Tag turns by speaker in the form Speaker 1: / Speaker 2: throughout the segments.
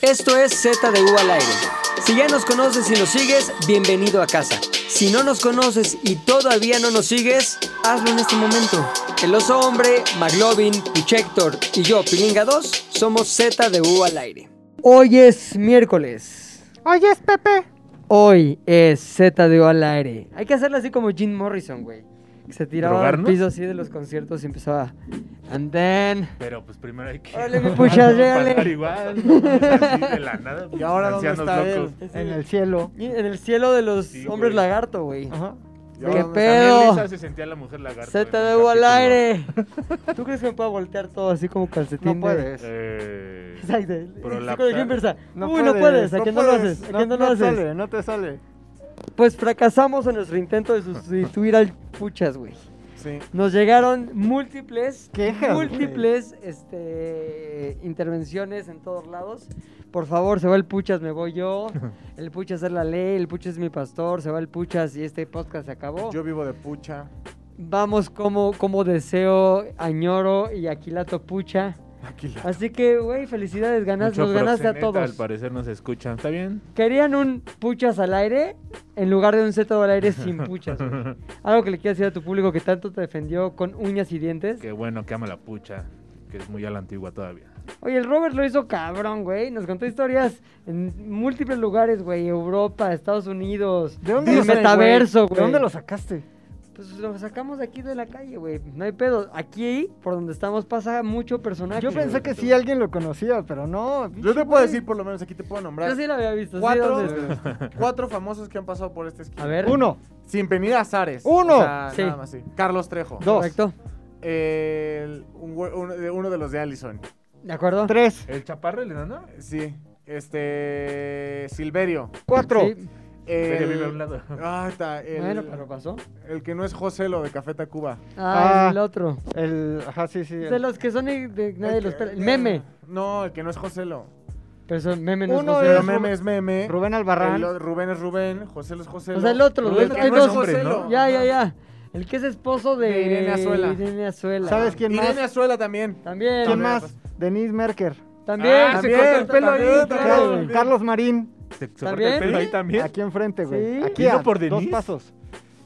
Speaker 1: Esto es Z de U al aire. Si ya nos conoces y nos sigues, bienvenido a casa. Si no nos conoces y todavía no nos sigues, hazlo en este momento. El oso hombre, Maglovin, Puchector y yo, Pilinga 2, somos Z de U al aire. Hoy es miércoles.
Speaker 2: Oye, es Pepe.
Speaker 1: Hoy es Z de U al aire. Hay que hacerlo así como Jim Morrison, güey. Que se tiraba al
Speaker 3: ¿Drogarnos?
Speaker 1: piso así de los conciertos y empezaba. And then.
Speaker 3: Pero pues primero hay que.
Speaker 1: Órale, mi pucha, llégale.
Speaker 3: Pagar igual, no mames, así de la nada.
Speaker 2: ¿Y ahora dónde
Speaker 3: ancianos
Speaker 2: está
Speaker 3: locos.
Speaker 2: él? En el cielo.
Speaker 1: Y En el cielo de los
Speaker 3: Sí, güey.
Speaker 1: hombres lagarto, güey.
Speaker 2: Ajá.
Speaker 3: Y
Speaker 1: ¿Qué
Speaker 3: ahora dónde-
Speaker 1: pedo?
Speaker 3: También Lisa se sentía la mujer lagarto. en un
Speaker 1: ZDU al
Speaker 3: capítulo.
Speaker 1: aire. ¿Tú crees que me puedo voltear todo así como
Speaker 2: No
Speaker 1: calcetín?
Speaker 2: puedes.
Speaker 3: Eh,
Speaker 1: Exacto.
Speaker 3: Prolapsar.
Speaker 1: Así como de Jim Versa. Uy, no puedes. ¿A quién no lo
Speaker 2: puedes,
Speaker 1: haces? ¿A quién no lo
Speaker 2: no te
Speaker 1: haces?
Speaker 2: sale, no te sale.
Speaker 1: Pues fracasamos en nuestro intento de sustituir al puchas, güey.
Speaker 2: Sí.
Speaker 1: Nos llegaron múltiples,
Speaker 2: Quejas, güey.
Speaker 1: múltiples este, intervenciones en todos lados. Por favor, se va el puchas, me voy yo. El puchas es la ley, el puchas es mi pastor, se va el puchas y este podcast se acabó.
Speaker 4: Yo vivo de pucha.
Speaker 1: Vamos como, como deseo, añoro y aquilato pucha.
Speaker 4: Aquí la-
Speaker 1: Así que, güey, felicidades, ganas,
Speaker 3: mucho
Speaker 1: nos ganaste a
Speaker 3: proxeneta, Al
Speaker 1: todos.
Speaker 3: parecer nos escuchan. ¿Está bien?
Speaker 1: Querían un puchas al aire en lugar de un Z al aire sin puchas. güey. Algo que le quieras decir a tu público que tanto te defendió con uñas y dientes.
Speaker 3: Qué bueno que ama la pucha, que es muy a la antigua todavía.
Speaker 1: Oye, el Robert lo hizo cabrón, güey. Nos contó historias en múltiples lugares, güey. Europa, Estados Unidos.
Speaker 2: ¿De dónde
Speaker 1: el
Speaker 2: lo salen,
Speaker 1: metaverso, güey.
Speaker 2: ¿De dónde lo sacaste?
Speaker 1: Pues lo sacamos de aquí de la calle, güey. No hay pedo. Aquí, por donde estamos, pasa mucho personaje.
Speaker 2: Yo pensé
Speaker 1: güey.
Speaker 2: que sí alguien lo conocía, pero no.
Speaker 4: Yo te puedo decir, por lo menos aquí te puedo nombrar
Speaker 1: Yo sí la había visto. sí,
Speaker 4: cuatro,
Speaker 1: ¿dónde está?
Speaker 2: eh,
Speaker 4: cuatro famosos que han pasado por esta esquina.
Speaker 1: A ver.
Speaker 2: Uno,
Speaker 4: Sin venir a Zares.
Speaker 2: Uno.
Speaker 4: O sea,
Speaker 1: Sí.
Speaker 4: nada más, sí. Carlos Trejo.
Speaker 2: Dos.
Speaker 1: Correcto.
Speaker 4: El- un güe- uno, de- uno de los de Allison.
Speaker 1: ¿De acuerdo?
Speaker 2: tres,
Speaker 3: ¿El chaparro, el enano?
Speaker 4: Sí. Este. Silverio.
Speaker 2: cuatro.
Speaker 1: Sí.
Speaker 4: El-
Speaker 3: Silverio vive a un lado.
Speaker 4: Ah, está. El,
Speaker 1: Bueno, pero pasó.
Speaker 4: el que no es José, lo de Café Tacuba.
Speaker 1: Ah,
Speaker 2: Ah.
Speaker 1: el otro.
Speaker 2: El. Ajá, sí, sí.
Speaker 1: De
Speaker 2: el-
Speaker 1: los que son de de- nadie
Speaker 4: El
Speaker 1: los
Speaker 4: que-
Speaker 1: pela. El meme.
Speaker 4: No, el que no es José, lo.
Speaker 1: Pero son meme no es
Speaker 2: Uno
Speaker 1: José.
Speaker 4: Pero
Speaker 2: es
Speaker 4: meme
Speaker 2: Rubén-
Speaker 4: es meme.
Speaker 2: Rubén Albarrán.
Speaker 4: El o- Rubén es Rubén. José lo es José.
Speaker 1: O sea, el otro,
Speaker 4: El
Speaker 1: los
Speaker 4: que
Speaker 1: hay
Speaker 4: no es
Speaker 1: dos.
Speaker 4: José,
Speaker 3: ¿no?
Speaker 4: lo.
Speaker 1: Ya, ya,
Speaker 4: Ajá.
Speaker 1: ya. El que es esposo de,
Speaker 4: De Irene Azuela.
Speaker 1: Irene Azuela.
Speaker 2: ¿Sabes quién
Speaker 4: Irene
Speaker 2: más?
Speaker 4: Azuela también.
Speaker 1: También.
Speaker 2: ¿Quién
Speaker 4: También,
Speaker 2: más?
Speaker 4: pues.
Speaker 2: Denise Merker.
Speaker 1: También.
Speaker 3: Ah,
Speaker 1: se
Speaker 4: también,
Speaker 1: cortó el pelo
Speaker 4: también,
Speaker 1: ahí,
Speaker 4: también.
Speaker 1: claro, güey.
Speaker 2: Carlos, Carlos Marín.
Speaker 3: ¿Se, se corta
Speaker 1: ¿También?
Speaker 3: el pelo ahí también?
Speaker 2: Aquí enfrente, güey.
Speaker 1: Sí.
Speaker 2: Aquí
Speaker 3: ¿Hizo
Speaker 2: a
Speaker 3: por
Speaker 2: dos
Speaker 3: Denise?
Speaker 2: pasos.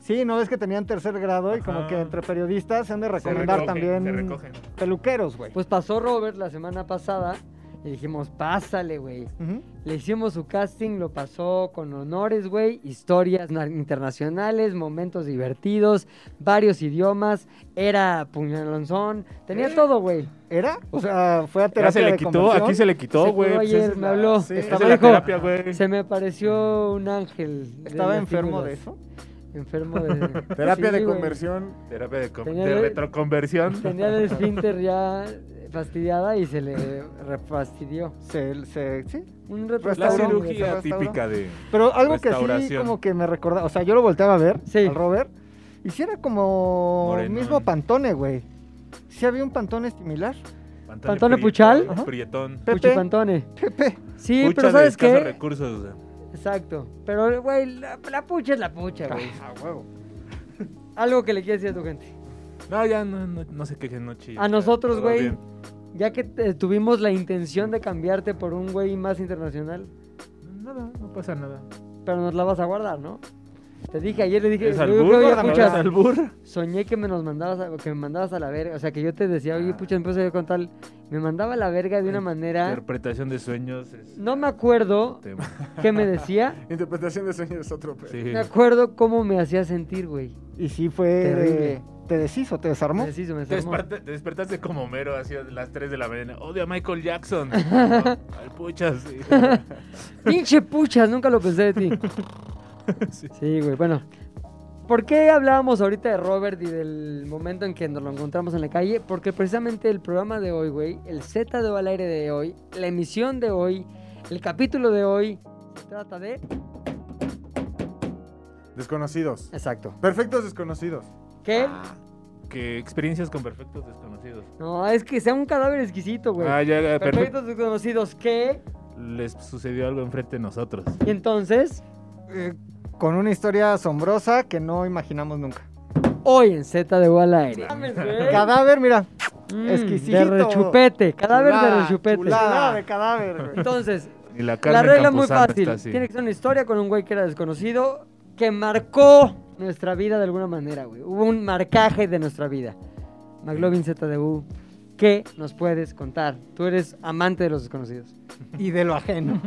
Speaker 2: Sí, no ves que tenían tercer grado y como
Speaker 3: Ajá.
Speaker 2: que entre periodistas se han de
Speaker 3: Se
Speaker 2: recomendar
Speaker 3: recogen,
Speaker 2: también
Speaker 3: Se recogen.
Speaker 2: peluqueros, güey.
Speaker 1: Pues pasó Robert la semana pasada y dijimos, pásale, güey.
Speaker 2: Ujú.
Speaker 1: Le hicimos su casting, lo pasó con honores, güey. Historias na- internacionales, momentos divertidos, varios idiomas. Era puñalonzón. Tenía todo, güey.
Speaker 2: ¿Era? O sea, fue a terapia
Speaker 3: Ya se le
Speaker 2: de
Speaker 3: quitó,
Speaker 2: conversión.
Speaker 3: aquí se le
Speaker 1: Se
Speaker 3: quitó,
Speaker 1: curó
Speaker 3: güey. pues
Speaker 1: ayer,
Speaker 3: esa es
Speaker 1: me
Speaker 3: la-
Speaker 1: habló.
Speaker 3: Sí, esa
Speaker 1: Estaba-
Speaker 3: es la
Speaker 1: dijo,
Speaker 3: terapia, güey.
Speaker 1: Se me pareció un ángel. de
Speaker 2: Estaba
Speaker 1: las
Speaker 2: enfermo
Speaker 1: películas.
Speaker 2: de eso.
Speaker 1: Enfermo de.
Speaker 4: Terapia
Speaker 1: Sí,
Speaker 4: de
Speaker 1: güey.
Speaker 4: conversión.
Speaker 3: Terapia de, com-
Speaker 1: Tenía
Speaker 3: de
Speaker 1: de-
Speaker 3: retroconversión.
Speaker 1: Tenía el esfínter ya fastidiada y se le refastidió.
Speaker 2: Se, se, sí.
Speaker 1: Un
Speaker 3: La
Speaker 2: Restauró,
Speaker 1: retrasado.
Speaker 2: güey, se
Speaker 3: cirugía
Speaker 2: restauró.
Speaker 3: típica de...
Speaker 2: Pero algo que sí
Speaker 3: Restauración.
Speaker 2: como que me recordaba, o sea, yo lo volteaba a ver
Speaker 1: Sí.
Speaker 2: al Robert y si era como el
Speaker 3: Morenón.
Speaker 2: mismo Pantone, güey. Sí había un Pantone similar.
Speaker 1: ¿Pantone
Speaker 3: Prieto,
Speaker 1: Puchal?
Speaker 2: Ajá.
Speaker 3: Prietón.
Speaker 2: Pepe,
Speaker 1: Puchipantone.
Speaker 2: Pepe.
Speaker 1: Sí,
Speaker 3: Pucha
Speaker 1: pero
Speaker 3: de
Speaker 1: ¿sabes
Speaker 3: escasos
Speaker 1: qué?
Speaker 3: recursos.
Speaker 1: Exacto. Pero, güey, la, la pucha es la pucha, güey.
Speaker 2: Ah, huevo.
Speaker 1: Algo que le quieres decir a tu gente.
Speaker 3: No, ya no, no, no se quejen, no chillen.
Speaker 1: A nosotros,
Speaker 3: Todo
Speaker 1: güey,
Speaker 3: bien.
Speaker 1: ya que eh, tuvimos la intención de cambiarte por un güey más internacional,
Speaker 3: Nada, no pasa nada.
Speaker 1: pero nos la vas a guardar, ¿no? Te dije, ayer le dije,
Speaker 3: ¿Es
Speaker 1: yo
Speaker 3: albur?
Speaker 1: creo que,
Speaker 3: Guárdame,
Speaker 1: pucha,
Speaker 3: ¿Es albur?
Speaker 1: soñé que me nos mandabas a, que me mandabas a la verga. O sea, que yo te decía, oye, pucha, empecé yo con tal. Me mandaba a la verga de una manera.
Speaker 3: Interpretación de sueños es
Speaker 1: No me acuerdo
Speaker 3: tema.
Speaker 1: qué me decía.
Speaker 4: Interpretación de sueños es otro pedo.
Speaker 3: Sí.
Speaker 1: Me acuerdo cómo me hacía sentir, güey.
Speaker 2: Y sí fue
Speaker 1: Terrible.
Speaker 2: te deshizo, te desarmó.
Speaker 1: Me deshizo, me
Speaker 3: Te,
Speaker 1: desarmó.
Speaker 3: desparte- te despertaste como mero hacia las 3 de la mañana. Odio a Michael Jackson. No, al puchas. sí.
Speaker 1: Pinche puchas, nunca lo pensé de ti.
Speaker 3: Sí.
Speaker 1: Sí, güey, bueno. ¿Por qué hablábamos ahorita de Robert y del momento en que nos lo encontramos en la calle? Porque precisamente el programa de hoy, güey, el Z de O al aire de hoy, la emisión de hoy, el capítulo de hoy, se trata de...
Speaker 4: Desconocidos.
Speaker 1: Exacto.
Speaker 4: Perfectos desconocidos.
Speaker 1: ¿Qué?
Speaker 3: Que experiencias con perfectos desconocidos.
Speaker 1: No, es que sea un cadáver exquisito, güey.
Speaker 3: Ah, ya, ya, perfecto.
Speaker 1: Perfectos desconocidos, ¿qué?
Speaker 3: Les sucedió algo enfrente de nosotros.
Speaker 1: Y entonces,
Speaker 2: Eh, con una historia asombrosa que no imaginamos nunca.
Speaker 1: hoy en Z de O al aire. Cada-
Speaker 2: Cadáver, mira,
Speaker 1: Mm,
Speaker 2: exquisito.
Speaker 1: De rechupete, cadáver de
Speaker 2: Chulada,
Speaker 1: rechupete.
Speaker 2: chulada de cadáver, güey.
Speaker 1: Entonces,
Speaker 3: Ni la
Speaker 1: La
Speaker 3: Carmen
Speaker 1: regla es muy
Speaker 3: Campuzano
Speaker 1: fácil.
Speaker 3: está así.
Speaker 1: Tiene que ser una historia con un güey que era desconocido, que marcó nuestra vida de alguna manera, güey. Hubo un marcaje de nuestra vida. McLovin ZDU, ¿qué nos puedes contar? Tú eres amante de los desconocidos.
Speaker 2: y de lo ajeno.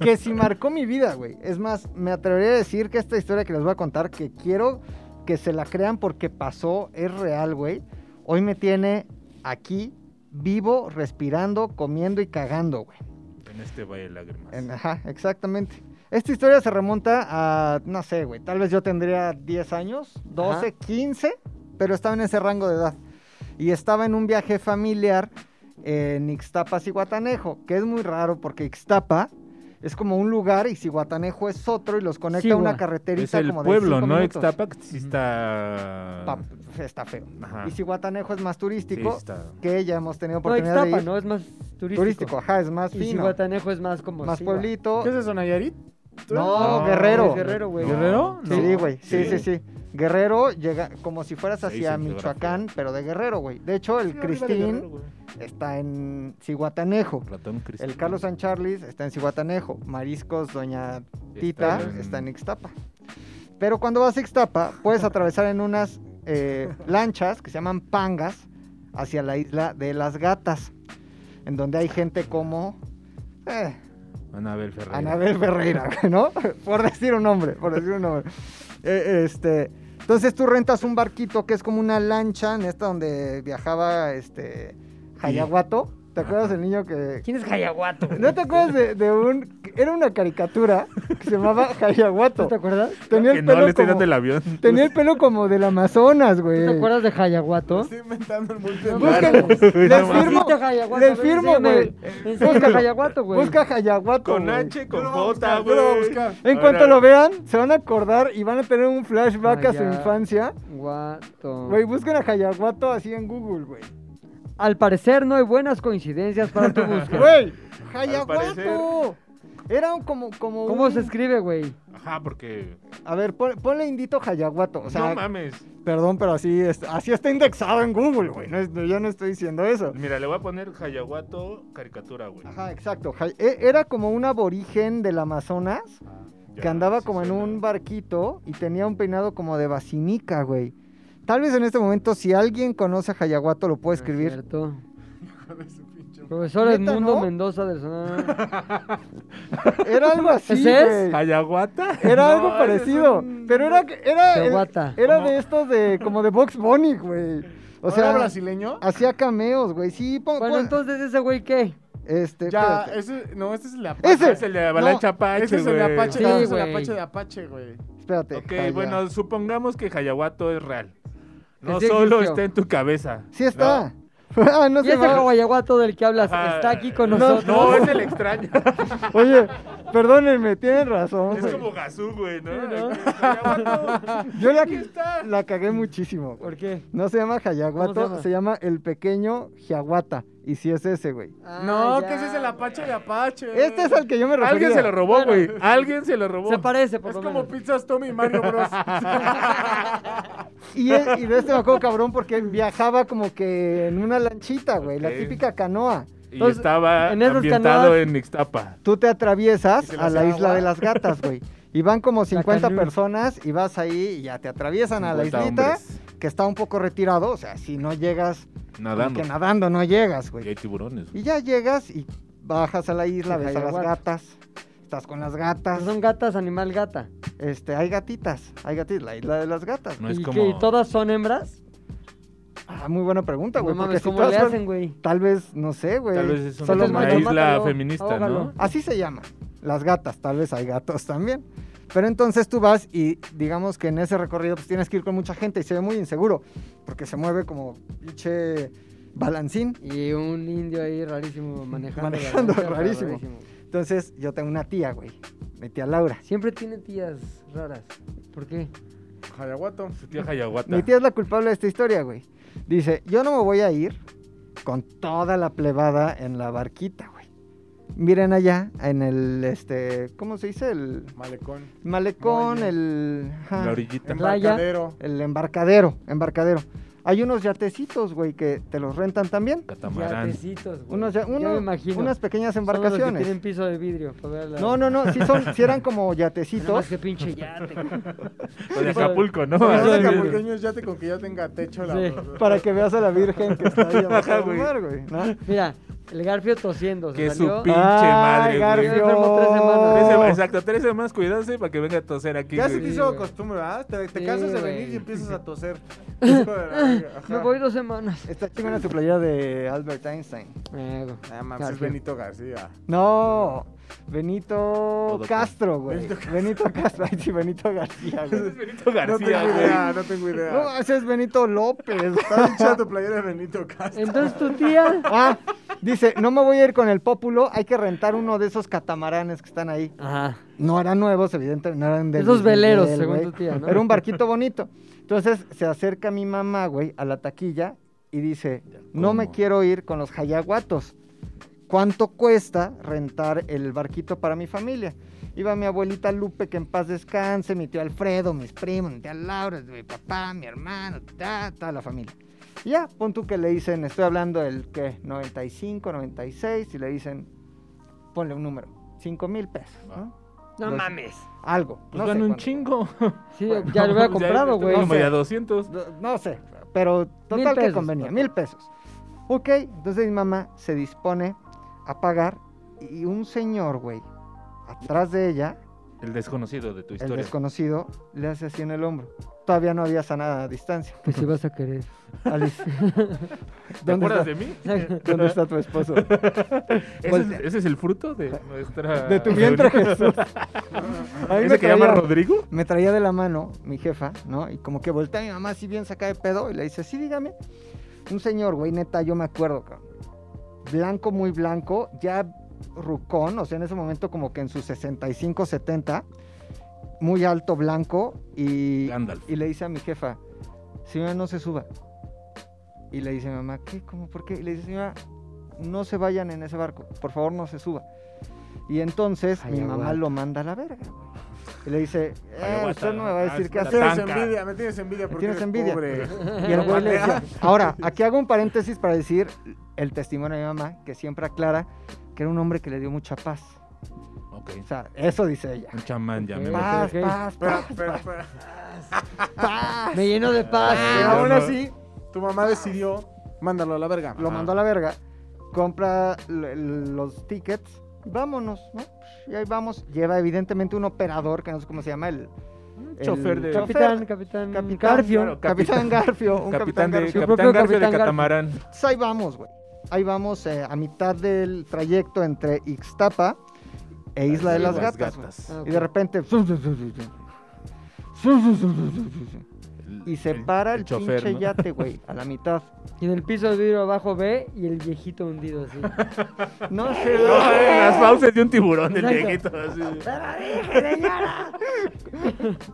Speaker 2: que si marcó mi vida, güey. Es más, me atrevería a decir que esta historia que les voy a contar, que quiero que se la crean porque pasó, es real, güey. Hoy me tiene aquí, vivo, respirando, comiendo y cagando, güey.
Speaker 3: En este valle de lágrimas.
Speaker 2: En- ajá, exactamente. Esta historia se remonta a, no sé, güey, tal vez yo tendría 10 años, 12, 15, pero estaba en ese rango de edad. Y estaba en un viaje familiar en Ixtapa, Cihuatanejo, que es muy raro porque Ixtapa es como un lugar y Cihuatanejo es otro y los conecta
Speaker 1: Cigua.
Speaker 2: una carreterita
Speaker 3: Es el
Speaker 2: como
Speaker 3: pueblo,
Speaker 2: de cinco
Speaker 3: ¿no?
Speaker 2: minutos.
Speaker 3: Ixtapa que sí está...
Speaker 2: Pa- pues, está feo.
Speaker 3: Ajá.
Speaker 2: Y Cihuatanejo es más
Speaker 3: Ah. Sí,
Speaker 2: turístico,
Speaker 3: está.
Speaker 2: que ya hemos tenido
Speaker 1: No,
Speaker 2: oportunidad
Speaker 1: Ixtapa,
Speaker 2: de ir.
Speaker 1: ¿no? Es más turístico.
Speaker 2: Turístico, ajá, es más
Speaker 1: Y
Speaker 2: fino,
Speaker 1: Cihuatanejo es más como...
Speaker 2: más
Speaker 1: sí, güey.
Speaker 2: pueblito.
Speaker 4: ¿Qué es eso, Nayarit?
Speaker 2: No,
Speaker 3: No,
Speaker 2: Guerrero.
Speaker 1: es Guerrero, güey.
Speaker 3: ¿Guerrero? No.
Speaker 2: Sí, güey. Sí,
Speaker 3: Sí.
Speaker 2: sí, sí. Guerrero llega como si fueras
Speaker 3: Sí,
Speaker 2: hacia
Speaker 3: sí,
Speaker 2: Michoacán,
Speaker 3: geografía.
Speaker 2: pero de Guerrero, güey. De hecho, el Cristín está en Cihuatanejo.
Speaker 3: Ratón Cristín.
Speaker 2: El Carlos San Charles está en Cihuatanejo. Mariscos Doña Tita está en, Ixtapa. Pero cuando vas a Ixtapa, puedes atravesar en unas eh, lanchas que se llaman pangas hacia la isla de las gatas, en donde hay gente como eh,
Speaker 3: Anabel Ferreira.
Speaker 2: Anabel Ferreira, ¿no? Por decir un nombre, por decir un nombre. Eh, este, entonces tú rentas un barquito que es como una lancha en esta donde viajaba este Hayaguato. ¿Te acuerdas del niño que...
Speaker 1: ¿Quién es Hayaguato? güey?
Speaker 2: ¿No te acuerdas de, de un... Era una caricatura que se llamaba
Speaker 1: ¿Tú
Speaker 2: Hayaguato.
Speaker 1: te acuerdas?
Speaker 2: Tenía
Speaker 3: Que
Speaker 2: el
Speaker 3: no, le
Speaker 2: pelo
Speaker 3: estoy dando el
Speaker 2: como...
Speaker 3: avión.
Speaker 2: Tenía el pelo como del Amazonas,
Speaker 1: ¿Tú
Speaker 2: güey.
Speaker 1: te acuerdas de Hayaguato?
Speaker 4: Estoy inventando el
Speaker 1: No,
Speaker 4: mundo.
Speaker 2: Búsquenlo.
Speaker 3: güey,
Speaker 2: Les
Speaker 3: no mames.
Speaker 2: firmo.
Speaker 1: Necesito Hayaguato,
Speaker 2: pues Le
Speaker 1: a ver,
Speaker 2: firmo,
Speaker 1: enséñame.
Speaker 2: güey.
Speaker 1: Busca Hayaguato, eh, güey.
Speaker 2: Busca Hayaguato,
Speaker 3: Con
Speaker 2: güey.
Speaker 3: H, con
Speaker 4: Yo lo voy a
Speaker 3: J,
Speaker 4: buscar, yo lo voy a
Speaker 3: güey.
Speaker 4: buscar.
Speaker 2: En
Speaker 3: A
Speaker 2: cuanto
Speaker 3: ver,
Speaker 2: lo vean, se van a acordar y van a tener un flashback a su
Speaker 1: Haya-
Speaker 2: infancia.
Speaker 1: Guato.
Speaker 2: Güey, busquen a Hayaguato así en Google, güey.
Speaker 1: Al parecer no hay buenas coincidencias para tu búsqueda.
Speaker 2: ¡Güey!
Speaker 3: parecer-
Speaker 2: ¡Hayaguato! Era un como, como
Speaker 1: ¿Cómo
Speaker 2: un-
Speaker 1: se escribe, güey?
Speaker 3: Ajá, porque...
Speaker 2: A ver, pon- ponle indito Hayaguato. O sea,
Speaker 3: no mames.
Speaker 2: perdón, pero así, es- así está indexado en Google, güey. No es- no, yo no estoy diciendo eso.
Speaker 3: Mira, le voy a poner Hayaguato caricatura, güey.
Speaker 2: Ajá, exacto. Hay- e- Era como un aborigen del Amazonas
Speaker 3: Ya,
Speaker 2: que andaba
Speaker 3: sí
Speaker 2: como en
Speaker 3: suena.
Speaker 2: un barquito y tenía un peinado como de basinica, güey. Tal vez en este momento, si alguien conoce a Hayaguato, lo puede escribir.
Speaker 1: Cierto.
Speaker 4: de su pinche-
Speaker 1: Profesor
Speaker 2: ¿Neta,
Speaker 1: Edmundo
Speaker 2: no?
Speaker 1: Mendoza del Sonora.
Speaker 2: Era algo así,
Speaker 1: ¿Ese es?
Speaker 2: güey.
Speaker 3: ¿Hayaguata?
Speaker 2: Era
Speaker 3: No,
Speaker 2: algo
Speaker 3: ese es
Speaker 2: parecido.
Speaker 3: un-
Speaker 2: Pero era que- era
Speaker 1: Hayaguata.
Speaker 2: era
Speaker 3: Como-
Speaker 2: de estos de como de Box Bunny, güey. O sea, ah,
Speaker 4: brasileño?
Speaker 2: hacía cameos, güey. Sí, pon,
Speaker 1: Bueno,
Speaker 2: pon-
Speaker 1: entonces ese güey qué?
Speaker 2: este,
Speaker 4: Ya,
Speaker 2: espérate.
Speaker 4: ese, no, este es el de Apache.
Speaker 2: Ese.
Speaker 3: Es el de Avalancha Apache,
Speaker 4: Ese es el de
Speaker 3: güey.
Speaker 4: Apache,
Speaker 1: Sí,
Speaker 4: ese es el
Speaker 1: güey.
Speaker 4: Apache de Apache, güey.
Speaker 2: espérate,
Speaker 3: Ok,
Speaker 2: Haya-
Speaker 3: bueno, supongamos que Hayaguato es real. No
Speaker 1: sí
Speaker 3: solo
Speaker 1: existió.
Speaker 3: está en tu cabeza.
Speaker 2: Sí está. Ah, no
Speaker 1: ¿Y
Speaker 2: se
Speaker 1: ese
Speaker 2: va.
Speaker 1: Hayaguato del que hablas
Speaker 4: Ah,
Speaker 3: Ajá.
Speaker 1: está aquí con
Speaker 3: No,
Speaker 1: nosotros?
Speaker 3: No, es el extraño.
Speaker 2: Oye, perdónenme, tienen razón.
Speaker 3: es
Speaker 2: güey.
Speaker 3: como Gazú, güey, ¿no?
Speaker 1: Sí, ¿no?
Speaker 3: Hayaguato.
Speaker 2: Yo la,
Speaker 3: Aquí está.
Speaker 2: la cagué muchísimo. güey.
Speaker 1: ¿Por qué?
Speaker 2: No se llama
Speaker 1: ¿Cómo
Speaker 2: Hayaguato,
Speaker 1: se llama?
Speaker 2: se llama el pequeño Hiaguata. Y sí es ese, güey.
Speaker 4: no,
Speaker 1: Ah, ya,
Speaker 4: que ese es el Apache de Apache.
Speaker 2: Este es al que yo me refería.
Speaker 3: Alguien se lo robó, güey. Alguien se lo robó.
Speaker 1: Se parece, por
Speaker 4: Es
Speaker 1: lo
Speaker 4: como
Speaker 1: menos.
Speaker 4: pizzas Tommy y Mario Bros.
Speaker 2: Y, e- y de este me acuerdo cabrón porque viajaba como que en una lanchita, güey, la
Speaker 3: Ok.
Speaker 2: típica canoa.
Speaker 3: Y
Speaker 1: Entonces,
Speaker 3: estaba
Speaker 1: en esas
Speaker 3: ambientado
Speaker 1: canoas-
Speaker 3: en Ixtapa.
Speaker 2: Tú te atraviesas
Speaker 4: se le
Speaker 2: a la
Speaker 4: hacía
Speaker 2: isla
Speaker 4: agua.
Speaker 2: de las gatas, güey. Y van como 50
Speaker 1: canú.
Speaker 2: personas y vas ahí y ya te atraviesan a la
Speaker 3: 50
Speaker 2: islita
Speaker 3: hombres
Speaker 2: que está un poco retirado, o sea, si no llegas, como
Speaker 3: Nadando.
Speaker 2: que nadando no llegas,
Speaker 3: Y hay
Speaker 2: güey.
Speaker 3: tiburones. güey.
Speaker 2: Y ya llegas y bajas a la isla,
Speaker 1: Sí, Pues,
Speaker 2: ves a las
Speaker 1: Hayaguato.
Speaker 2: gatas, estás con las gatas,
Speaker 1: Son gatas, animal, gata.
Speaker 2: este, hay gatitas, hay gatitas, la isla de las gatas.
Speaker 3: No es
Speaker 1: ¿Y,
Speaker 3: como...
Speaker 1: qué, ¿Y todas son hembras?
Speaker 2: Ah, muy buena pregunta,
Speaker 1: No
Speaker 2: güey, porque
Speaker 1: mames,
Speaker 2: si
Speaker 1: ¿cómo
Speaker 2: todas
Speaker 1: le
Speaker 2: son-
Speaker 1: hacen, güey?
Speaker 2: Tal vez, no sé, güey.
Speaker 3: Tal vez es una,
Speaker 2: Solo
Speaker 1: Entonces,
Speaker 3: una
Speaker 1: mátalo,
Speaker 3: isla
Speaker 1: mátalo,
Speaker 3: feminista,
Speaker 1: ahógalo.
Speaker 2: Así se llama. Las gatas, tal vez hay gatos también. Pero entonces tú vas y digamos que en ese recorrido pues tienes que ir con mucha gente y se ve muy inseguro porque se mueve como pinche balancín.
Speaker 1: Y un indio ahí rarísimo manejando. la
Speaker 2: Manejando,
Speaker 1: lancha,
Speaker 2: rarísimo. Entonces yo tengo una tía, güey. Mi tía Laura.
Speaker 1: Siempre tiene tías raras. ¿Por qué?
Speaker 4: Hayaguato.
Speaker 3: ¿no? Su tía Hayaguata.
Speaker 2: Mi tía es la culpable de esta historia, güey. Dice, yo no me voy a ir con toda la plebada en la barquita, güey. Miren allá, en el, este, ¿cómo se dice? El
Speaker 4: Malecón.
Speaker 2: malecón,
Speaker 4: Oye.
Speaker 2: el... ajá.
Speaker 3: La orillita.
Speaker 1: Playa.
Speaker 4: Embarcadero.
Speaker 2: El embarcadero, embarcadero. Hay unos yatecitos, güey, que te los rentan también.
Speaker 3: Catamarán.
Speaker 1: Yatecitos, güey.
Speaker 2: Unos, ya-
Speaker 1: me
Speaker 2: uno-
Speaker 1: imagino.
Speaker 2: unas pequeñas
Speaker 1: Son los que
Speaker 2: embarcaciones.
Speaker 1: tienen piso de vidrio. para ver la-
Speaker 2: No, no, no, sí, son, sí eran como
Speaker 1: Nada más
Speaker 2: yatecitos.
Speaker 1: que pinche yate. güey.
Speaker 3: O de Acapulco, ¿no?
Speaker 4: Pero
Speaker 1: Eso
Speaker 4: de
Speaker 1: es bien.
Speaker 4: acapulqueños ya te con que ya tenga techo la
Speaker 1: Sí.
Speaker 2: Para que veas a la Virgen que está ahí abajo
Speaker 3: Ajá,
Speaker 2: del
Speaker 3: güey.
Speaker 2: mar, güey. ¿no?
Speaker 1: Mira, el Garfio tosiendo. se
Speaker 3: Que su
Speaker 1: salió.
Speaker 3: pi- Pinche madre, güey.
Speaker 2: Garfio.
Speaker 1: Yo enfermo tres semanas.
Speaker 3: Tres
Speaker 2: Oh.
Speaker 3: semanas- exacto, tres semanas cuidarse para que venga a toser aquí.
Speaker 4: Ya se
Speaker 3: güey.
Speaker 4: te
Speaker 1: Sí,
Speaker 4: hizo
Speaker 1: güey.
Speaker 4: costumbre, ¿verdad? Te, te
Speaker 1: Sí,
Speaker 4: cansas de
Speaker 1: güey.
Speaker 4: venir y empiezas a toser. Hijo de la verga, ajá.
Speaker 1: Me voy dos semanas.
Speaker 2: Está chingona tu playera de Albert Einstein.
Speaker 1: Eh, güey.
Speaker 4: Ah, mames, es
Speaker 1: Garfio.
Speaker 4: Benito García.
Speaker 2: No, Benito Castro, güey. Benito Castro, ay, sí, Benito García, güey.
Speaker 3: Es Benito
Speaker 4: No tengo
Speaker 3: García, güey.
Speaker 4: idea, no tengo idea.
Speaker 2: No, ese es Benito López.
Speaker 4: Está hinchado tu playera de Benito Castro.
Speaker 1: Entonces tu tía.
Speaker 2: Ah, dice, no me voy a ir con el pópulo, hay que rentar uno de esos catamaranes que están ahí.
Speaker 1: Ajá.
Speaker 2: No eran nuevos, evidentemente, no eran de...
Speaker 1: Esos veleros,
Speaker 2: del,
Speaker 1: según
Speaker 2: güey.
Speaker 1: tu tía, ¿no?
Speaker 2: Era un barquito bonito. Entonces se acerca mi mamá, güey, a la taquilla y dice, no me
Speaker 3: ¿cómo?
Speaker 2: quiero ir con los hayaguatos. ¿Cuánto cuesta rentar el barquito para mi familia? Iba mi abuelita Lupe, que en paz descanse, mi tío Alfredo, mis primos, mi tía Laura, mi papá, mi hermano, ta, toda la familia. Y ya, pon tú que le dicen, estoy hablando del que, 95, 96, y le dicen, ponle un número, 5 mil pesos, ¿no?
Speaker 1: No
Speaker 2: Dos-
Speaker 1: mames.
Speaker 2: Algo.
Speaker 3: Pues
Speaker 2: no sé
Speaker 3: van un
Speaker 2: cuánto.
Speaker 3: chingo.
Speaker 1: Pues,
Speaker 3: pues
Speaker 1: Sí, ya lo hubiera
Speaker 3: Ya, este,
Speaker 1: comprado, güey.
Speaker 3: Como
Speaker 2: Sí.
Speaker 3: ya 200.
Speaker 2: No, no sé, pero
Speaker 1: Mil
Speaker 2: total que
Speaker 1: pesos,
Speaker 2: convenía,
Speaker 1: total.
Speaker 2: mil pesos. Ok, entonces mi mamá se dispone a pagar y un señor, güey, atrás de ella,
Speaker 3: El desconocido de tu
Speaker 2: el
Speaker 3: historia.
Speaker 2: desconocido, le hace así en el hombro. Todavía no había sanada a distancia.
Speaker 1: Que pues, si vas a querer.
Speaker 2: Alice,
Speaker 3: ¿Te
Speaker 2: ¿dónde
Speaker 3: acuerdas
Speaker 2: está,
Speaker 3: de mí? Ah.
Speaker 2: ¿dónde está tu esposo?
Speaker 3: ¿Ese es,
Speaker 2: Voltea.
Speaker 3: ese es el fruto de nuestra.
Speaker 2: Pues, De tu vientre,
Speaker 3: reunión?
Speaker 2: Jesús. A mí me
Speaker 3: ¿Ese que llama
Speaker 2: traía-
Speaker 3: Rodrigo?
Speaker 2: me traía de la mano mi jefa, ¿no? Y como que voltea a mi mamá así bien saca de pedo y le dice, sí, dígame. Un señor, güey, neta, yo me acuerdo, cabrón. Blanco, muy blanco, ya rucón, o sea, en ese momento como que en sus 65, 70, muy alto, blanco, y,
Speaker 3: Gandalf.
Speaker 2: y le dice a mi jefa, señora, no se suba. Y le dice mi mamá, ¿qué? ¿Cómo? ¿Por qué? Y le dice, señora, no se vayan en ese barco, por favor, no se suba. Y entonces
Speaker 1: Ay,
Speaker 2: mi mamá
Speaker 1: aguanta.
Speaker 2: lo manda a la verga, güey. Y le dice, eh,
Speaker 3: aguanta,
Speaker 2: usted no me va a decir qué
Speaker 3: haz
Speaker 4: Me
Speaker 3: la
Speaker 2: hacer.
Speaker 4: tienes
Speaker 3: tanca.
Speaker 4: envidia, me tienes envidia porque
Speaker 2: tienes
Speaker 4: eres
Speaker 2: envidia.
Speaker 4: pobre.
Speaker 2: Y el güey le decía, ahora, aquí hago un paréntesis para decir el testimonio de mi mamá, que siempre aclara que era un hombre que le dio mucha paz.
Speaker 3: Ok.
Speaker 2: O sea, eso dice ella.
Speaker 3: Un chamán ya me
Speaker 1: Ok.
Speaker 3: voy.
Speaker 2: Paz,
Speaker 1: ok.
Speaker 2: paz,
Speaker 4: Pero,
Speaker 2: paz,
Speaker 4: pero, pero,
Speaker 2: paz.
Speaker 1: Me llenó de paz.
Speaker 2: Pero
Speaker 3: Ah,
Speaker 2: aún
Speaker 3: no.
Speaker 2: así,
Speaker 4: tu mamá decidió mandarlo a la verga.
Speaker 2: lo mandó a la verga, compra l- l- los tickets, y vámonos, ¿no? Y ahí vamos. Lleva evidentemente un operador, que no sé cómo se llama, el... el
Speaker 3: chofer de-
Speaker 1: Capitán, capitán.
Speaker 2: Capitán
Speaker 1: Garfio.
Speaker 3: claro,
Speaker 2: Capitán
Speaker 3: capitán.
Speaker 2: Garfio, un
Speaker 3: Capitán, de,
Speaker 2: Garfio.
Speaker 1: propio
Speaker 3: Capitán Garfio de
Speaker 1: Capitán Garfio.
Speaker 3: Catamarán.
Speaker 2: Entonces, ahí vamos, güey. Ahí vamos eh, a mitad del trayecto entre Ixtapa e Isla de las, Gatas. güey.
Speaker 1: Ah, ok.
Speaker 2: Y de repente.
Speaker 3: El-
Speaker 2: Y se
Speaker 3: el-
Speaker 2: para el,
Speaker 3: chofer,
Speaker 2: pinche
Speaker 3: ¿no?
Speaker 2: yate, güey, a la mitad.
Speaker 1: Y en el piso de vidrio abajo ve y el viejito hundido así.
Speaker 2: No sé.
Speaker 3: No, eh, las fauces de un tiburón, el
Speaker 1: Exacto.
Speaker 3: viejito. así.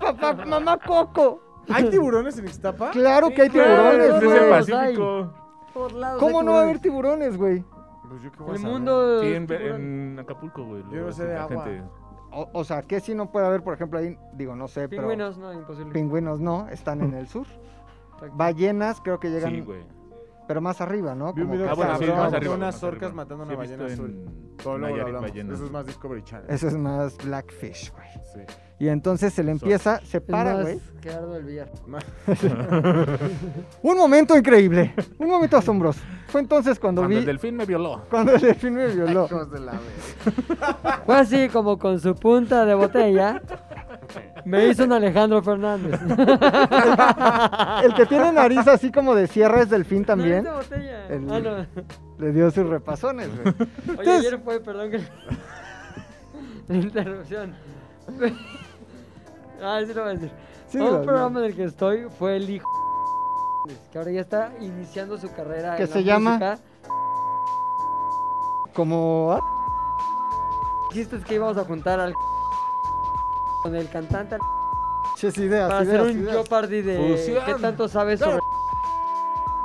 Speaker 2: Papá, mamá Coco.
Speaker 4: ¿Hay tiburones en Ixtapa?
Speaker 2: Claro que hay
Speaker 1: claro,
Speaker 2: tiburones,
Speaker 3: Desde
Speaker 1: güey.
Speaker 3: el
Speaker 2: güey.
Speaker 3: Pacífico.
Speaker 1: Por lados
Speaker 2: ¿Cómo
Speaker 1: hay
Speaker 2: no va a haber
Speaker 1: tiburones.
Speaker 2: tiburones, güey?
Speaker 4: Pues yo qué voy a
Speaker 1: El
Speaker 4: saber.
Speaker 1: mundo.
Speaker 3: Sí,
Speaker 1: de
Speaker 3: en,
Speaker 1: los tiburones.
Speaker 3: en Acapulco, güey.
Speaker 4: Yo no sé de
Speaker 3: la
Speaker 4: agua.
Speaker 2: O, o sea, ¿qué si no puede haber, por ejemplo, ahí? Digo, no sé, pero.
Speaker 1: Pingüinos, no, imposible.
Speaker 2: Pingüinos no, están en el sur.
Speaker 1: Exacto.
Speaker 2: Ballenas creo que llegan,
Speaker 3: Sí, güey.
Speaker 2: pero más arriba, ¿no?
Speaker 4: Vi un
Speaker 2: Como
Speaker 4: video
Speaker 2: que
Speaker 3: Ah, bueno, sí,
Speaker 2: está-
Speaker 4: cabrón,
Speaker 3: más arriba.
Speaker 4: unas
Speaker 3: más arriba.
Speaker 4: orcas matando
Speaker 3: Sí,
Speaker 4: una
Speaker 3: he
Speaker 4: ballena
Speaker 3: visto
Speaker 4: azul.
Speaker 3: en
Speaker 4: Todo luego lo
Speaker 3: Nayarit,
Speaker 4: hablamos.
Speaker 3: ballenas.
Speaker 4: Eso es más Discovery Channel.
Speaker 2: Eso es más Blackfish, güey.
Speaker 4: Sí.
Speaker 2: Y entonces se le empieza, se
Speaker 1: Es
Speaker 2: para,
Speaker 1: más,
Speaker 2: güey.
Speaker 1: Gerardo del Villar.
Speaker 2: Un momento increíble, un momento asombroso. Fue entonces cuando,
Speaker 3: Cuando
Speaker 2: vi,
Speaker 3: el delfín me violó.
Speaker 2: cuando el delfín me violó.
Speaker 4: Hijos de la verga.
Speaker 1: Fue así como con su punta de botella. Me hizo un Alejandro Fernández.
Speaker 2: El que tiene nariz así como de sierra es delfín también.
Speaker 1: No, esa botella.
Speaker 2: El-
Speaker 1: Ah, no.
Speaker 2: Le dio sus repasones, güey.
Speaker 1: Oye,
Speaker 2: Entonces-
Speaker 1: ayer fue, perdón que. La interrupción. ah, sí lo voy a decir.
Speaker 2: Sí,
Speaker 1: un
Speaker 2: lo-
Speaker 1: programa en el que estoy fue el hijo. Que ahora ya está iniciando su carrera.
Speaker 2: ¿Qué
Speaker 1: en la
Speaker 2: se llama?
Speaker 1: música.
Speaker 2: Como... ah,
Speaker 1: El chiste es que íbamos a juntar al. con el cantante. al-
Speaker 2: Ches ideas,
Speaker 1: para hacer
Speaker 2: ideas,
Speaker 1: un
Speaker 2: ideas.
Speaker 1: yo party de.
Speaker 3: Fusión.
Speaker 1: ¿Qué tanto sabes sobre.?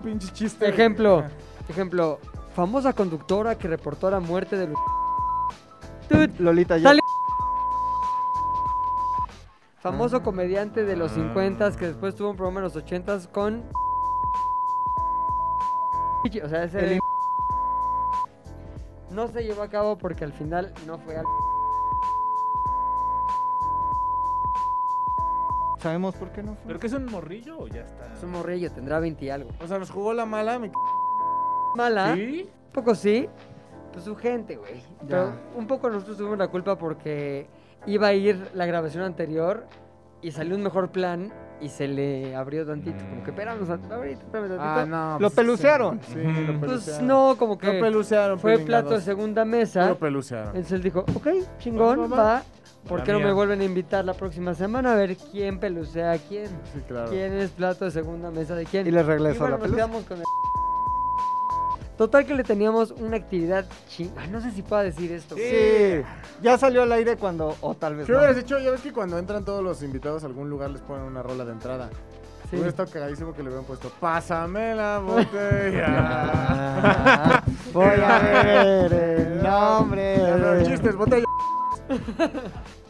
Speaker 4: Pinche chiste.
Speaker 1: Ejemplo, ejemplo, famosa conductora que reportó la muerte de Lu- Tut.
Speaker 2: Lolita ya.
Speaker 1: Sale- Famoso comediante de los 50 que después tuvo un programa en los 80 con O sea, ese
Speaker 2: El
Speaker 1: no se llevó a cabo porque al final no fue al.
Speaker 2: Sabemos por qué no fue.
Speaker 3: ¿Pero qué es un morrillo o ya está?
Speaker 1: Es un morrillo, tendrá 20 y algo.
Speaker 4: O sea, nos jugó la mala. mi c-
Speaker 1: Mala,
Speaker 3: ¿Sí?
Speaker 1: un poco sí. Pues su gente, güey.
Speaker 2: Ya.
Speaker 1: Pero un poco nosotros tuvimos la culpa porque iba a ir la grabación anterior y salió un mejor plan y se le abrió tantito. Como que esperamos ahorita, espérame tantito.
Speaker 4: Ah, no.
Speaker 2: Lo
Speaker 4: pues,
Speaker 2: pelucearon.
Speaker 4: Sí, sí, lo pelucearon.
Speaker 1: Pues no, como que
Speaker 4: Lo pelucearon.
Speaker 1: fue
Speaker 4: pilinga
Speaker 1: plato de
Speaker 4: dos.
Speaker 1: segunda mesa.
Speaker 4: Lo pelucearon.
Speaker 1: Entonces él dijo,
Speaker 2: Pues,
Speaker 1: ok, chingón,
Speaker 4: Va, va,
Speaker 1: va. ¿Por
Speaker 3: La
Speaker 1: qué no me
Speaker 3: mía.
Speaker 1: vuelven a invitar la próxima semana a ver quién pelucea a quién?
Speaker 4: Sí, claro.
Speaker 1: ¿Quién es plato de segunda mesa de quién?
Speaker 2: Y le regresó
Speaker 1: Y bueno,
Speaker 2: la
Speaker 1: nos
Speaker 2: pelusa.
Speaker 1: quedamos con el... Total que le teníamos una actividad ching... Ay, no sé si pueda decir esto. güey.
Speaker 2: Sí. Ya salió al aire cuando. O tal vez.
Speaker 4: ¿Qué
Speaker 2: no.
Speaker 4: hubieras hecho? Ya ves que cuando entran todos los invitados a algún lugar les ponen una rola de entrada.
Speaker 1: Sí.
Speaker 2: Pues
Speaker 4: Hubiera estado cagadísimo que le hubieran puesto Pásame la botella.
Speaker 2: Ah, voy a ver eh, el nombre.
Speaker 4: Ya no hay
Speaker 2: de-
Speaker 4: chistes, botella.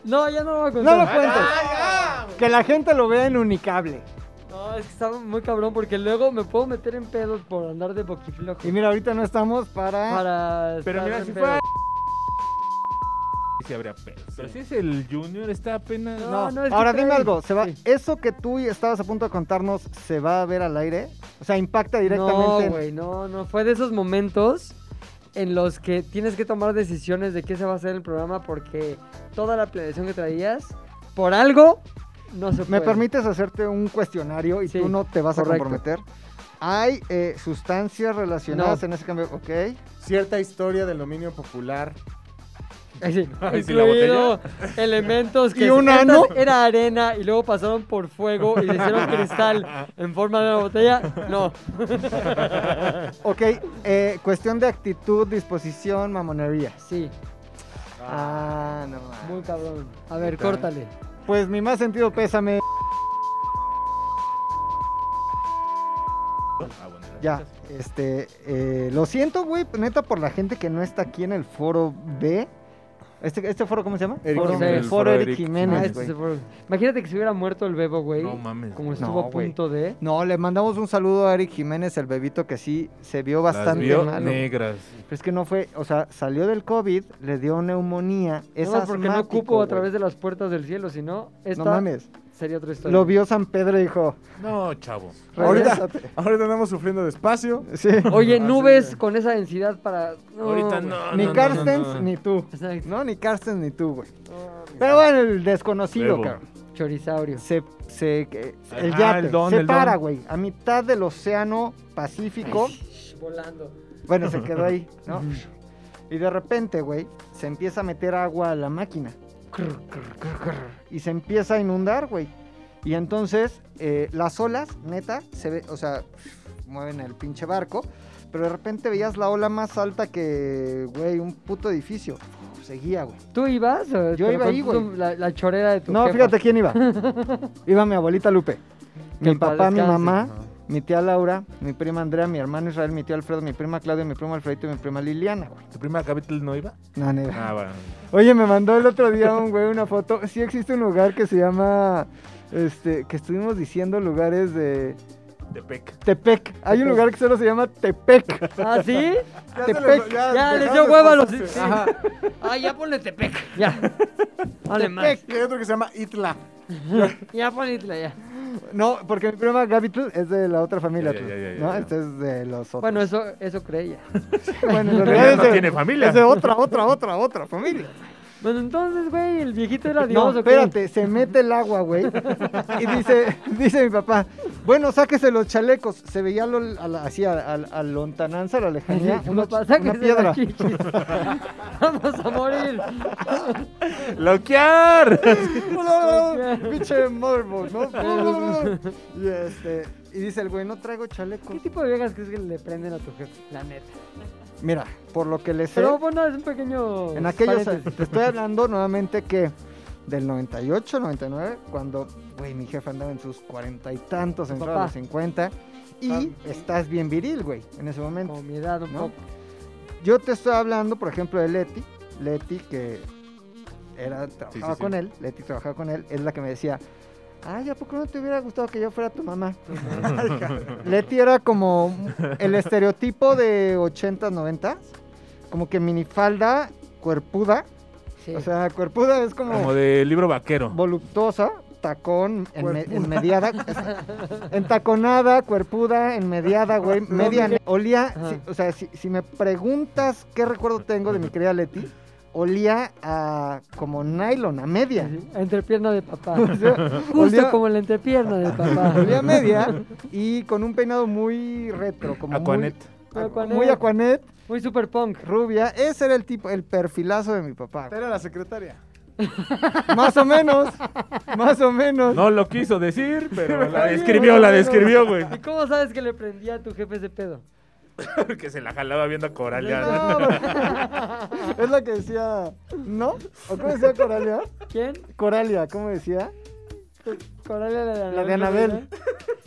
Speaker 1: No, ya no lo voy a
Speaker 2: No lo
Speaker 1: contar.
Speaker 2: cuentes. Que la gente lo vea en unicable.
Speaker 1: No, es que estaba muy cabrón porque luego me puedo meter en pedos por andar de boquiflojo.
Speaker 2: Y mira, ahorita no estamos para.
Speaker 1: Para
Speaker 3: Pero
Speaker 1: estar
Speaker 3: mira,
Speaker 1: en
Speaker 3: si
Speaker 1: pedos.
Speaker 3: fue... Sí habría pedos. Pero si es el Junior, está apenas... Ah,
Speaker 1: No, no, es que
Speaker 2: Ahora
Speaker 1: trae-
Speaker 2: dime algo, ¿se va,
Speaker 1: Sí.
Speaker 2: ¿eso que tú y estabas a punto de contarnos se va a ver al aire? O sea, impacta directamente.
Speaker 1: No,
Speaker 2: en-
Speaker 1: güey, no, no. Fue de esos momentos en los que tienes que tomar decisiones de qué se va a hacer el programa porque toda la planeación que traías, por algo, no se
Speaker 2: ¿Me
Speaker 1: puede.
Speaker 2: permites hacerte un cuestionario y
Speaker 1: Sí,
Speaker 2: tú no te vas a
Speaker 1: correcto.
Speaker 2: comprometer? ¿Hay eh, sustancias relacionadas
Speaker 1: No.
Speaker 2: en ese cambio? Ok.
Speaker 4: Cierta historia del dominio popular.
Speaker 1: Ay, sí,
Speaker 3: Ay, sí, la
Speaker 1: incluido elementos que
Speaker 2: ¿Y un
Speaker 1: se-
Speaker 2: ano?
Speaker 1: era arena y luego pasaron por fuego y le hicieron cristal en forma de una botella. No.
Speaker 2: Ok, eh, cuestión de actitud, disposición, mamonería.
Speaker 1: Sí,
Speaker 2: Ah, no. mames.
Speaker 1: muy cabrón. A ver, córtale.
Speaker 2: Pues mi más sentido pésame.
Speaker 3: Ah, bueno,
Speaker 2: Ya, este, eh, lo siento, güey, neta, por la gente que no está aquí en el foro B. ¿Este, este foro cómo se llama?
Speaker 4: Eric
Speaker 2: foro,
Speaker 1: Jiménez.
Speaker 2: el foro Eric
Speaker 1: Ah,
Speaker 2: Jiménez,
Speaker 1: este
Speaker 2: güey.
Speaker 1: se fue- Imagínate que se hubiera muerto el bebo, güey.
Speaker 3: No mames.
Speaker 1: como estuvo a
Speaker 2: güey.
Speaker 1: punto de.
Speaker 2: No, le mandamos un saludo a Eric Jiménez, el bebito que sí se vio
Speaker 3: Las
Speaker 2: bastante
Speaker 3: vio
Speaker 2: malo.
Speaker 3: negras.
Speaker 2: Pero es que no fue, o sea, salió del COVID, le dio neumonía. Es
Speaker 1: Nada más porque no
Speaker 2: asmático,
Speaker 1: cupo a
Speaker 2: güey.
Speaker 1: través de las puertas del cielo, si no, esta
Speaker 2: No mames.
Speaker 1: sería otra historia.
Speaker 2: Lo vio San Pedro y dijo,
Speaker 3: No, chavo.
Speaker 4: Ahorita,
Speaker 2: "Regrésate".
Speaker 4: ahorita andamos sufriendo despacio.
Speaker 2: Sí.
Speaker 1: Oye,
Speaker 4: Así
Speaker 1: nubes
Speaker 4: que-
Speaker 1: con esa densidad para. No,
Speaker 3: Ahorita
Speaker 1: güey.
Speaker 3: no.
Speaker 2: ni
Speaker 3: no, no,
Speaker 2: Carstens
Speaker 3: no, no.
Speaker 2: ni tú.
Speaker 1: Exacto.
Speaker 2: No, ni Carstens ni tú, güey. Pero bueno, el desconocido,
Speaker 3: Bebo.
Speaker 2: cabrón.
Speaker 1: Chorisaurio.
Speaker 2: Se, se, que-
Speaker 3: Ah,
Speaker 2: el yate
Speaker 3: el don,
Speaker 2: se
Speaker 3: el
Speaker 2: para,
Speaker 3: don.
Speaker 2: güey, a mitad del océano Pacífico.
Speaker 1: Volando.
Speaker 2: Bueno, se quedó ahí, ¿no? Y de repente, güey, se empieza a meter agua a la máquina. Crr, crr, crr, crr. Y se empieza a inundar, güey. Y entonces eh, las olas, neta, se ve, o sea, mueven el pinche barco. Pero de repente veías la ola más alta que, güey, un puto edificio. Seguía, güey.
Speaker 1: ¿Tú ibas? o-
Speaker 2: Yo
Speaker 1: pero
Speaker 2: iba
Speaker 1: con
Speaker 2: ahí,
Speaker 1: tu-
Speaker 2: güey.
Speaker 1: La, la chorera de tu
Speaker 2: No,
Speaker 1: jefa?
Speaker 2: fíjate quién iba. Iba mi abuelita Lupe.
Speaker 1: Que
Speaker 2: Mi
Speaker 1: en paz
Speaker 2: papá, mi
Speaker 1: descanse.
Speaker 2: mamá, mi tía Laura, mi prima Andrea, mi hermano Israel, mi tío Alfredo, mi prima Claudia, mi primo Alfredito y mi prima Liliana, güey.
Speaker 3: ¿Tu prima Capital no iba?
Speaker 2: No, no iba.
Speaker 3: Ah, bueno.
Speaker 2: Oye, me mandó el otro día un güey una foto. Sí existe un lugar que se llama, este, que estuvimos diciendo lugares de
Speaker 3: De Peca.
Speaker 2: Tepec. Hay un lugar que solo se llama Tepec.
Speaker 1: ¿Ah, sí?
Speaker 4: Ya se
Speaker 2: Tepec.
Speaker 4: les- ya
Speaker 1: ya,
Speaker 4: dejaron
Speaker 1: les dio
Speaker 4: de
Speaker 1: hueva a los.
Speaker 4: esforzarse.
Speaker 1: sí.
Speaker 4: Ajá.
Speaker 1: Ah, ya ponle Tepec. Ya. Ponle más.
Speaker 4: Y hay otro que se llama Itla.
Speaker 1: Ya ponle ya.
Speaker 2: No, porque mi prima Gaby Tl es de la otra familia.
Speaker 3: Ya, ya,
Speaker 2: Tl,
Speaker 3: ya, ya,
Speaker 2: ¿no?
Speaker 3: ya.
Speaker 2: Este es de los otros.
Speaker 1: Bueno, eso, eso creía.
Speaker 2: Bueno, en
Speaker 3: Pero
Speaker 2: realidad
Speaker 3: ya
Speaker 2: es
Speaker 3: no
Speaker 2: de-
Speaker 3: tiene familia.
Speaker 2: Es de otra, otra, otra, otra familia.
Speaker 1: Bueno, entonces, güey, el viejito era
Speaker 2: No,
Speaker 1: Dios. ¿o qué?
Speaker 2: espérate, se mete el agua, güey. Y dice, dice mi papá, bueno, sáquese los chalecos. Se veía lo- a la- así a, a- a lontananza, a la lejanía, unos- una piedra.
Speaker 1: Vamos a morir.
Speaker 3: ¡Loquear!
Speaker 2: Pinche motherboard, ¿no? y, este, y dice el güey, no traigo chalecos.
Speaker 1: ¿Qué tipo de viejas crees que le prenden a tu jefe? La neta.
Speaker 2: Mira, por lo que le sé,
Speaker 1: Pero bueno, es un pequeño.
Speaker 2: en aquellos,
Speaker 1: paréntesis.
Speaker 2: te estoy hablando nuevamente que del 98, 99, cuando, güey, mi jefe andaba en sus cuarenta y tantos,
Speaker 1: Tu
Speaker 2: entraba a
Speaker 1: papá. Ah.
Speaker 2: los 50. Y estás bien viril, güey, en ese momento.
Speaker 1: Como mi edad un
Speaker 2: ¿no?
Speaker 1: poco.
Speaker 2: Yo te estoy hablando, por ejemplo, de Leti. Leti que era, trabajaba
Speaker 3: sí.
Speaker 2: con él. Leti trabajaba con él. Es la que me decía, Ay, ¿a poco no te hubiera gustado que yo fuera tu mamá? Pues, Leti era como el estereotipo de 80s, 90s. Como que minifalda, cuerpuda.
Speaker 1: Sí.
Speaker 2: O sea, cuerpuda es como,
Speaker 3: Como de libro vaquero.
Speaker 2: voluptuosa, tacón, en me- enmediada. entaconada, cuerpuda, enmediada, güey. media. Olía,
Speaker 1: Ajá.
Speaker 2: si- o sea, si, si me preguntas qué recuerdo tengo de mi querida Leti, olía a como nylon, a media.
Speaker 1: Sí, Entrepierna de papá.
Speaker 2: O sea,
Speaker 1: Justo
Speaker 2: olía-
Speaker 1: como la entrepierna de papá.
Speaker 2: Olía media y con un peinado muy retro, como
Speaker 3: Aquanet.
Speaker 2: muy
Speaker 1: Aquanet.
Speaker 2: muy Aquanet,
Speaker 1: Muy super punk.
Speaker 2: rubia. Ese era el tipo, el perfilazo de mi papá.
Speaker 4: Era la secretaria.
Speaker 2: Más o menos, más o menos.
Speaker 3: No lo quiso decir, pero la
Speaker 2: Oye,
Speaker 3: describió,
Speaker 2: oye,
Speaker 3: la
Speaker 2: oye,
Speaker 3: describió, güey.
Speaker 1: ¿Y cómo sabes que le prendía a tu jefe ese pedo?
Speaker 3: que se la jalaba viendo a Coral
Speaker 2: No,
Speaker 3: ya.
Speaker 2: pero- es la que decía, ¿no? ¿O cómo decía Coralia?
Speaker 1: ¿Quién? Pues,
Speaker 2: Coralia, ¿cómo decía?
Speaker 1: Coralia la de Anabel.
Speaker 2: La de Anabel.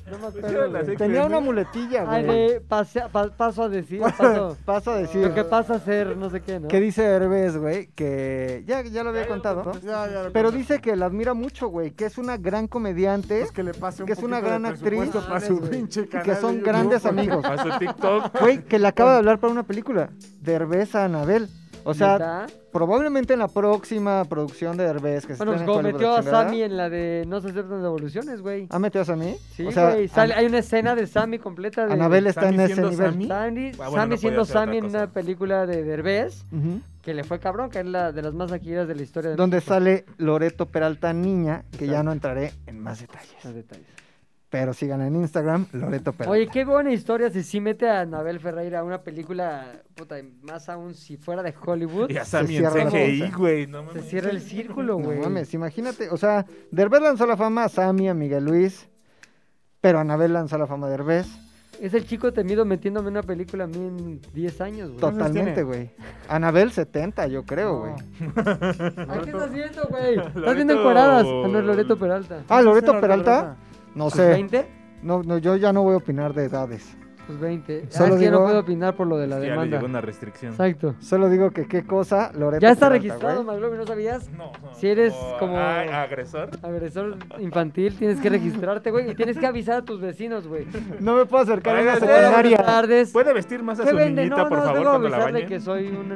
Speaker 1: No me
Speaker 3: Pues era
Speaker 1: acuerdo.
Speaker 3: la
Speaker 1: güey.
Speaker 3: secu-
Speaker 2: Tenía una muletilla,
Speaker 1: Ay,
Speaker 2: güey.
Speaker 1: de pasea- pa- paso a decir, paso.
Speaker 2: Paso a decir.
Speaker 1: Lo que pasa a ser, no sé qué, ¿no?
Speaker 2: Que dice Herbes, güey, que ya, ya lo había contado, ¿no?
Speaker 4: Ya, ya lo
Speaker 2: Pero
Speaker 4: contaste.
Speaker 2: dice que la admira mucho, güey, que es una gran comediante.
Speaker 4: Pues que le pase un
Speaker 2: que es una
Speaker 4: poquito de
Speaker 2: gran actriz.
Speaker 4: presupuesto para
Speaker 1: Mames,
Speaker 4: su
Speaker 1: güey.
Speaker 4: pinche
Speaker 2: que
Speaker 4: canal de
Speaker 2: son
Speaker 4: YouTube,
Speaker 2: grandes
Speaker 4: porque-
Speaker 2: amigos.
Speaker 3: A su TikTok.
Speaker 2: Güey, que le acaba de hablar para una película. De Herbes a Anabel. O sea, pues
Speaker 1: ¿Neta?
Speaker 2: probablemente en la próxima producción de Herbes que se
Speaker 1: Bueno, pues
Speaker 2: estrene
Speaker 1: como
Speaker 2: en Hollywood,
Speaker 1: metió a
Speaker 2: chingada.
Speaker 1: Sammy en la de No se aceptan devoluciones, güey.
Speaker 2: ¿Ah, metió a Sammy?
Speaker 1: Sí,
Speaker 2: o
Speaker 1: güey.
Speaker 2: sea,
Speaker 1: sale-
Speaker 2: An-
Speaker 1: Hay una escena de Sammy completa de.
Speaker 2: Anabel está en
Speaker 3: ¿Sammy
Speaker 2: ese
Speaker 3: siendo
Speaker 2: nivel.
Speaker 3: Sammy?
Speaker 1: Sammy,
Speaker 3: Ah, bueno,
Speaker 1: Sammy
Speaker 3: no
Speaker 1: siendo
Speaker 3: podía ser otra
Speaker 1: Sammy en
Speaker 3: cosa.
Speaker 1: una película de Derbez
Speaker 2: Ujú.
Speaker 1: que le fue cabrón, que es la de las más taquilleras de la historia. De
Speaker 2: Donde sale Loreto Peralta Niña, que ya no entraré en más detalles.
Speaker 1: Más detalles.
Speaker 2: Pero sigan en Instagram, Loreto Peralta.
Speaker 1: Oye, qué buena historia si sí mete a Anabel Ferreira a una película, puta, más aún si fuera de Hollywood.
Speaker 3: Y a Sammy en
Speaker 2: cierra la
Speaker 3: CGI,
Speaker 2: bolsa.
Speaker 3: güey. No
Speaker 1: Se
Speaker 3: mames.
Speaker 1: cierra el círculo,
Speaker 2: No
Speaker 1: güey.
Speaker 2: mames, imagínate. O sea, Derbez lanzó la fama a Sammy, a Miguel Luis. Pero Anabel lanzó la fama a Derbez.
Speaker 1: es el chico temido metiéndome en una película a mí en 10 años, güey.
Speaker 4: Total.
Speaker 2: Totalmente,
Speaker 4: tiene?
Speaker 2: güey. Anabel 70, yo creo,
Speaker 4: No.
Speaker 2: güey.
Speaker 1: Ay, ¿Qué estás viendo, güey? Estás
Speaker 3: Loreto-
Speaker 1: viendo encueradas. Ah, no, es Loreto Peralta.
Speaker 2: Ah, Loreto
Speaker 4: Loreto
Speaker 2: Peralta. No
Speaker 1: ¿Pues
Speaker 2: sé.
Speaker 1: 20?
Speaker 2: No, no, yo ya no voy a opinar de edades.
Speaker 1: Pues 20.
Speaker 2: Solo
Speaker 1: Solo es que
Speaker 2: digo-
Speaker 1: no puedo opinar por lo de la
Speaker 3: Ya le
Speaker 1: demanda.
Speaker 3: llegó una restricción.
Speaker 1: Exacto.
Speaker 2: Solo digo que qué cosa, Loreto.
Speaker 1: Ya está
Speaker 2: Peralta,
Speaker 1: registrado,
Speaker 2: güey.
Speaker 1: Maglobi, ¿no sabías?
Speaker 3: No, no,
Speaker 1: Si eres como-
Speaker 3: ah, agresor.
Speaker 1: Agresor infantil, tienes que registrarte, güey. Y tienes que avisar a tus vecinos, güey.
Speaker 2: No me puedo acercar a una
Speaker 3: Oigan,
Speaker 1: Hola,
Speaker 2: secundaria.
Speaker 1: Buenas tardes.
Speaker 3: ¿Puede vestir más a
Speaker 1: ¿Qué
Speaker 3: su
Speaker 1: vende?
Speaker 3: niñita,
Speaker 1: no,
Speaker 3: por
Speaker 1: no,
Speaker 3: favor,
Speaker 1: debo
Speaker 3: cuando la
Speaker 1: avisarle
Speaker 3: bañe?
Speaker 1: que soy un,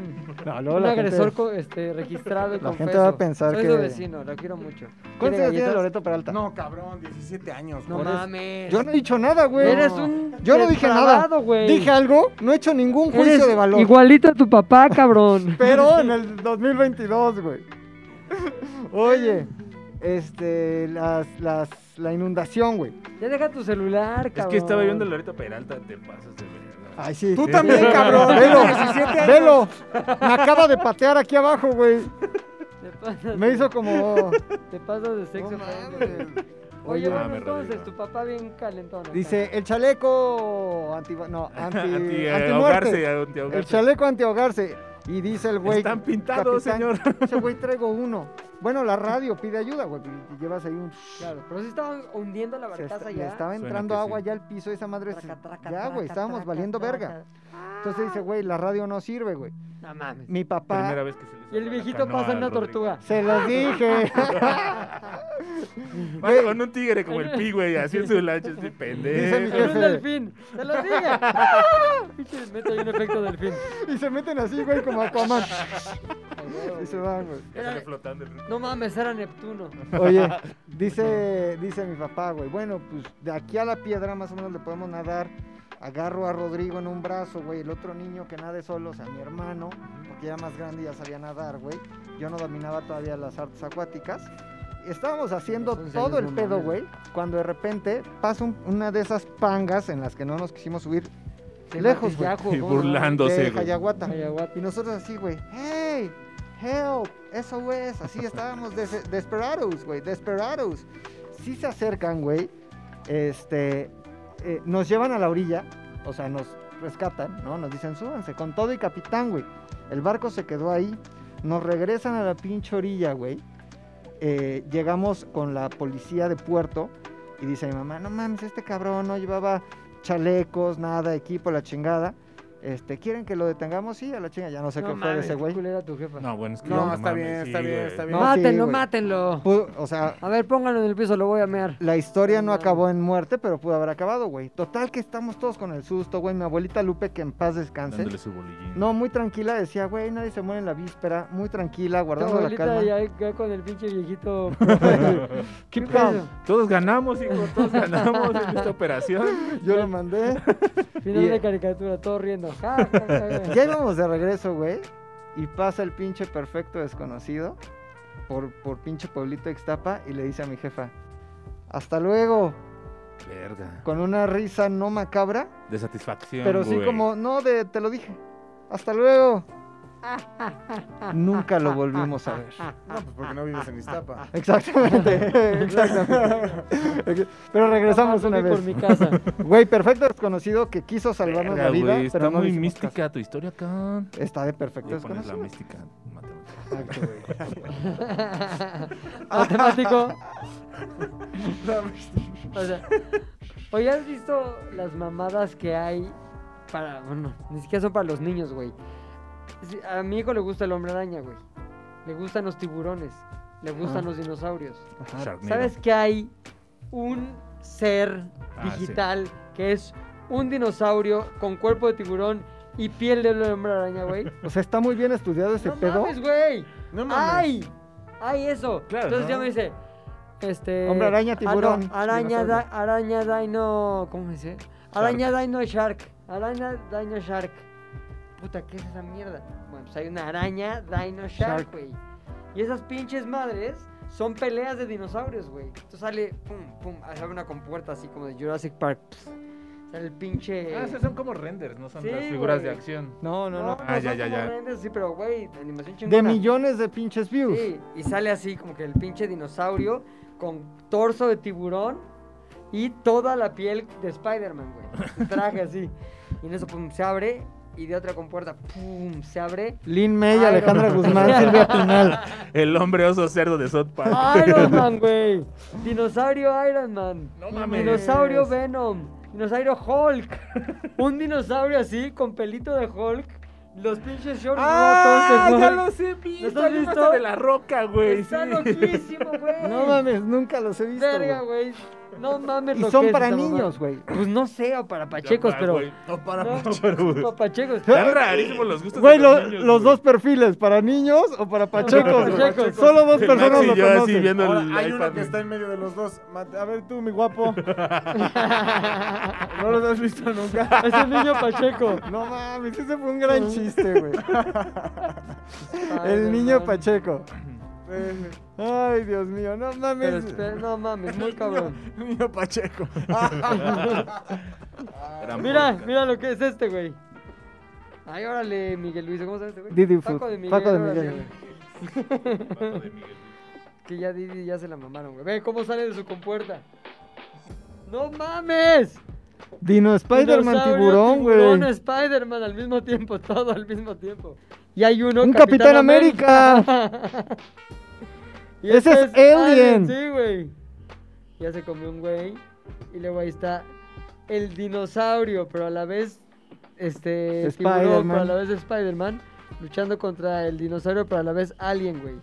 Speaker 2: No,
Speaker 1: un
Speaker 2: luego la gente-
Speaker 1: agresor co- este, registrado y
Speaker 2: La gente
Speaker 1: confeso.
Speaker 2: va a pensar
Speaker 1: soy
Speaker 2: que-
Speaker 1: su vecino, lo quiero mucho.
Speaker 2: ¿Cuántos
Speaker 1: ¿Quiere
Speaker 2: años tiene
Speaker 1: galletas?
Speaker 2: Loreto Peralta?
Speaker 4: No, cabrón, 17 años.
Speaker 1: No
Speaker 4: güey.
Speaker 1: mames.
Speaker 2: Yo no he dicho nada, güey.
Speaker 1: Eres un
Speaker 2: Yo no dije nada.
Speaker 1: depravado, güey.
Speaker 2: Dije algo, no he hecho ningún juicio
Speaker 1: Eres
Speaker 2: de valor.
Speaker 1: Igualito a tu papá, cabrón.
Speaker 2: Pero en el 2022, güey. Oye, este, las, las, la inundación, güey.
Speaker 1: ya deja tu celular, cabrón.
Speaker 3: Es que estaba viendo Loreto Peralta, te pasas de verdad.
Speaker 2: Ay, sí.
Speaker 4: Tú
Speaker 2: Sí.
Speaker 4: también, cabrón.
Speaker 2: Velo,
Speaker 4: 17 años.
Speaker 2: velo. Me acaba de patear aquí abajo, güey.
Speaker 1: Te pasas,
Speaker 2: Me hizo como...
Speaker 1: te pasas de sexo.
Speaker 2: No
Speaker 1: cabrón.
Speaker 2: mames.
Speaker 1: Oye,
Speaker 2: Oye,
Speaker 1: bueno,
Speaker 3: Dame,
Speaker 1: entonces
Speaker 3: Rodrigo.
Speaker 1: tu papá bien calentón. acá.
Speaker 2: Dice, el chaleco anti... No, anti...
Speaker 3: Anti, eh,
Speaker 2: antimuerte.
Speaker 3: ahogarse,
Speaker 2: El
Speaker 3: antiahogarse.
Speaker 2: chaleco antihogarse. Y dice el güey...
Speaker 3: Están pintados,
Speaker 2: capitán,
Speaker 3: señor.
Speaker 2: Ese güey traigo uno. Bueno, la radio pide ayuda, güey. Y llevas ahí un...
Speaker 1: Claro, pero sí estaban hundiendo la
Speaker 2: Se
Speaker 1: barcaza
Speaker 2: está- le
Speaker 1: ya.
Speaker 2: estaba
Speaker 3: Suena
Speaker 2: entrando
Speaker 3: que
Speaker 2: agua
Speaker 3: sí.
Speaker 2: ya al piso, esa madre. se-
Speaker 1: Traca, traca,
Speaker 2: ya, güey,
Speaker 1: traca,
Speaker 2: estábamos
Speaker 1: traca,
Speaker 2: valiendo
Speaker 1: traca.
Speaker 2: verga. Entonces dice, güey, la radio no sirve, güey.
Speaker 1: No mames.
Speaker 2: Mi
Speaker 3: Primera
Speaker 2: papá.
Speaker 3: vez que se le
Speaker 1: Y el
Speaker 3: salva la
Speaker 1: viejito
Speaker 3: canoa
Speaker 1: pasa en
Speaker 3: al
Speaker 1: una
Speaker 3: Rodrigo.
Speaker 1: tortuga.
Speaker 2: Se los dije.
Speaker 3: Pasa con un tigre como el pi, güey, así en su lancha, este
Speaker 2: Dice mi
Speaker 3: pendejo.
Speaker 1: Con un
Speaker 2: jefe.
Speaker 1: delfín. Se lo dije. ¡Ah! Pinche meta y un efecto delfín.
Speaker 2: y se meten así, güey, como Aquaman. y se van, güey.
Speaker 3: Ya sale flotando. el-
Speaker 1: No mames, era Neptuno.
Speaker 2: Oye, dice, dice mi papá, güey. Bueno, pues de aquí a la piedra más o menos le podemos nadar. Agarro a Rodrigo en un brazo, güey. El otro niño que nade solo, o sea, mi hermano, porque ya más grande y ya sabía nadar, güey. Yo no dominaba todavía las artes acuáticas. Estábamos haciendo
Speaker 1: Entonces,
Speaker 2: todo
Speaker 1: ellos no
Speaker 2: el pedo,
Speaker 1: mames.
Speaker 2: güey. Cuando de repente pasa un- una de esas pangas en las que no nos quisimos subir.
Speaker 1: Se
Speaker 2: Lejos, güey.
Speaker 1: matillajo,
Speaker 3: Y
Speaker 1: ¿cómo no?
Speaker 3: burlándose,
Speaker 2: De
Speaker 3: güey.
Speaker 2: Hayaguata.
Speaker 1: Ayahuasca.
Speaker 2: Y nosotros así, güey, hey, help, eso es, así estábamos des- desesperados, güey, desesperados. Sí se acercan, güey, este, eh, nos llevan a la orilla, o sea, nos rescatan, ¿no? Nos dicen, súbanse, con todo y capitán, güey. El barco se quedó ahí, nos regresan a la pinche orilla, güey. Eh, llegamos con la policía de puerto y dice mi mamá, no mames, este cabrón no llevaba chalecos, nada, equipo, la chingada. Este, ¿quieren que lo detengamos? Sí, a la chinga, ya no sé
Speaker 1: No
Speaker 2: qué fue de
Speaker 1: mames,
Speaker 2: ese güey.
Speaker 1: qué culera tu jefa.
Speaker 3: No, bueno, es que
Speaker 4: No,
Speaker 3: mames,
Speaker 4: está bien, está bien,
Speaker 3: güey.
Speaker 4: está bien.
Speaker 2: No,
Speaker 1: mátenlo,
Speaker 2: sí, güey.
Speaker 1: mátenlo.
Speaker 2: Pudo- o sea,
Speaker 1: A ver, pónganlo en el piso, lo voy a mear.
Speaker 2: la historia no
Speaker 1: No.
Speaker 2: acabó en muerte, pero pudo haber acabado, güey. Total que estamos todos con el susto, güey. Mi abuelita Lupe, que en paz descanse.
Speaker 3: Dándole su bolillín.
Speaker 2: No, muy tranquila, decía, güey, nadie se muere en la víspera. Muy tranquila,
Speaker 1: Tu
Speaker 2: guardando la calma.
Speaker 1: abuelita ya, eh, ya con el pinche viejito. ¿Qué
Speaker 2: calm.
Speaker 1: pedo?
Speaker 3: Todos ganamos, hijo, todos ganamos en esta operación.
Speaker 2: Yo lo mandé.
Speaker 1: Final
Speaker 2: Y-
Speaker 1: de caricatura, todo riendo. Ja, ja, ja, ja.
Speaker 2: ya íbamos de regreso, güey. Y pasa el pinche perfecto desconocido por, por pinche pueblito de Ixtapa y le dice a mi jefa, hasta luego,
Speaker 3: Verga.
Speaker 2: con una risa no macabra,
Speaker 3: De satisfacción.
Speaker 2: Pero sí
Speaker 3: güey.
Speaker 2: como, no, de, te lo dije. Hasta luego. Nunca lo volvimos a ver.
Speaker 4: No, pues porque no vives en Iztapa.
Speaker 2: Exactamente, exactamente. Pero regresamos
Speaker 1: Jamás
Speaker 2: una
Speaker 1: volví
Speaker 2: vez.
Speaker 1: Ah, por mi casa.
Speaker 2: Güey, perfecto desconocido que quiso salvarnos
Speaker 3: Verga,
Speaker 2: la vida,
Speaker 3: güey, Está
Speaker 2: pero no lo
Speaker 3: muy
Speaker 2: hicimos
Speaker 3: mística tu historia, cabrón.
Speaker 2: caso. Está de perfecto
Speaker 3: Le pones la
Speaker 2: desconocido.
Speaker 3: mística. mátame.
Speaker 2: Exacto, güey.
Speaker 1: Matemático. o sea, oye, ¿has visto las mamadas que hay para. Bueno, ni siquiera son para los niños, güey. Sí, A mi hijo le gusta el hombre araña, güey. Le gustan los tiburones. Le gustan
Speaker 2: Ah.
Speaker 1: los dinosaurios.
Speaker 2: Ajá.
Speaker 3: Sharknado.
Speaker 1: ¿Sabes que hay un ser
Speaker 3: Ah,
Speaker 1: digital que es un dinosaurio con cuerpo de tiburón y piel de hombre araña, güey?
Speaker 2: O sea, está muy bien estudiado ese
Speaker 1: no
Speaker 2: pedo.
Speaker 1: mames, güey.
Speaker 4: No mames.
Speaker 1: ¡Ay! ¡Ay, eso!
Speaker 3: Claro,
Speaker 1: Entonces
Speaker 3: ¿no?
Speaker 1: ya me dice. Este.
Speaker 2: Hombre araña,
Speaker 1: ah,
Speaker 2: tiburón,
Speaker 1: no, araña, da-
Speaker 2: dinosaurio.
Speaker 1: araña dino. ¿Cómo me dice? Araña dino shark. Araña dino shark. Puta, ¿qué es esa mierda? Bueno, pues hay una araña dino shark,
Speaker 2: Shark.
Speaker 1: güey. Y esas pinches madres son peleas de dinosaurios, güey. Entonces sale, pum, pum, sale una compuerta así como de Jurassic Park. pss, Sale el pinche.
Speaker 3: Ah, esas son como renders, no son
Speaker 1: Sí,
Speaker 3: las figuras
Speaker 1: güey.
Speaker 3: de acción.
Speaker 2: No, no, no.
Speaker 3: Ah, ya,
Speaker 1: son
Speaker 3: ya,
Speaker 1: como
Speaker 3: ya.
Speaker 1: renders, Sí, pero, güey, animación chingona.
Speaker 2: De millones de pinches views.
Speaker 1: Sí, y sale así como que el pinche dinosaurio con torso de tiburón y toda la piel de Spider-Man, güey. El Traje así. Y en eso, pum, se abre y de otra compuerta, pum, se abre.
Speaker 2: Lin May,
Speaker 1: Iron
Speaker 2: Alejandra
Speaker 1: Man.
Speaker 2: Guzmán, Silvia Pinal.
Speaker 3: El hombre oso cerdo de South Park.
Speaker 2: Ah.
Speaker 1: Iron Man, güey. Dinosaurio Iron Man.
Speaker 3: No mames.
Speaker 1: Dinosaurio Venom. Dinosaurio Hulk. Un dinosaurio así con pelito de Hulk. Los pinches shorts
Speaker 3: ¡Ah!
Speaker 1: rotos de
Speaker 3: Ya
Speaker 1: Hulk.
Speaker 3: lo sé, pinche.
Speaker 1: estás
Speaker 3: Hay un
Speaker 1: listo?
Speaker 3: oso de la roca, güey.
Speaker 1: Está
Speaker 3: sí.
Speaker 1: loquísimo, güey.
Speaker 2: No mames, nunca los he visto.
Speaker 1: Verga,
Speaker 2: güey.
Speaker 1: güey. No mames,
Speaker 2: Y
Speaker 1: lo que
Speaker 2: son
Speaker 1: es
Speaker 2: para
Speaker 1: esa mamá.
Speaker 2: niños, güey.
Speaker 1: Pues no sé, o para pachecos,
Speaker 3: Ya,
Speaker 1: pero.
Speaker 3: güey. No, para
Speaker 1: No,
Speaker 3: pachecos.
Speaker 1: para pachecos.
Speaker 3: Están rarísimos los gustos
Speaker 2: ¿Eh? Güey,
Speaker 3: de
Speaker 2: lo-
Speaker 3: los niños,
Speaker 2: los
Speaker 3: güey.
Speaker 2: dos perfiles, para niños o para pachecos. güey.
Speaker 1: pachecos.
Speaker 2: Solo dos
Speaker 3: El
Speaker 2: personas
Speaker 3: Max y
Speaker 2: lo
Speaker 3: yo así
Speaker 2: conocen.
Speaker 3: viendo
Speaker 4: Ahora,
Speaker 3: el
Speaker 4: hay uno
Speaker 3: iPad,
Speaker 4: que
Speaker 3: güey.
Speaker 4: está en medio de los dos. Mate- A ver tú, mi guapo.
Speaker 1: es
Speaker 4: No los has visto nunca.
Speaker 1: un niño pacheco.
Speaker 2: No mames, ese fue un gran chiste, güey. El
Speaker 1: Ay,
Speaker 2: niño
Speaker 1: hermano.
Speaker 2: pacheco.
Speaker 4: Eh,
Speaker 2: Ay, Dios mío, no
Speaker 1: Pero
Speaker 2: mames.
Speaker 1: espera, no mames, muy cabrón.
Speaker 4: Niño Pacheco. Ah,
Speaker 3: Gran
Speaker 1: Mira,
Speaker 3: podcast.
Speaker 1: mira lo que es este, güey. Ay, órale, Miguel Luis, ¿cómo se llama este güey?
Speaker 2: Didi Food.
Speaker 1: Paco de Miguel.
Speaker 2: Paco de
Speaker 1: órale,
Speaker 2: Miguel.
Speaker 1: güey. Que ya Didi ya se la mamaron, güey. Ve cómo sale de su compuerta. ¡No mames!
Speaker 2: Dino Spider-Man
Speaker 1: Dinosaurio,
Speaker 2: tiburón,
Speaker 1: tiburón,
Speaker 2: güey.
Speaker 1: Spider-Man al mismo tiempo, todo al mismo tiempo. Y hay uno.
Speaker 2: Un Capitán América.
Speaker 1: y
Speaker 2: Ese
Speaker 1: este
Speaker 2: es Alien.
Speaker 1: Sí, güey. Ya se comió un güey. Y luego ahí está el dinosaurio, pero a la vez. Este. Tiburón, pero a
Speaker 2: Spider-Man.
Speaker 1: la vez Spider-Man. Luchando contra el dinosaurio, pero a la vez Alien, güey.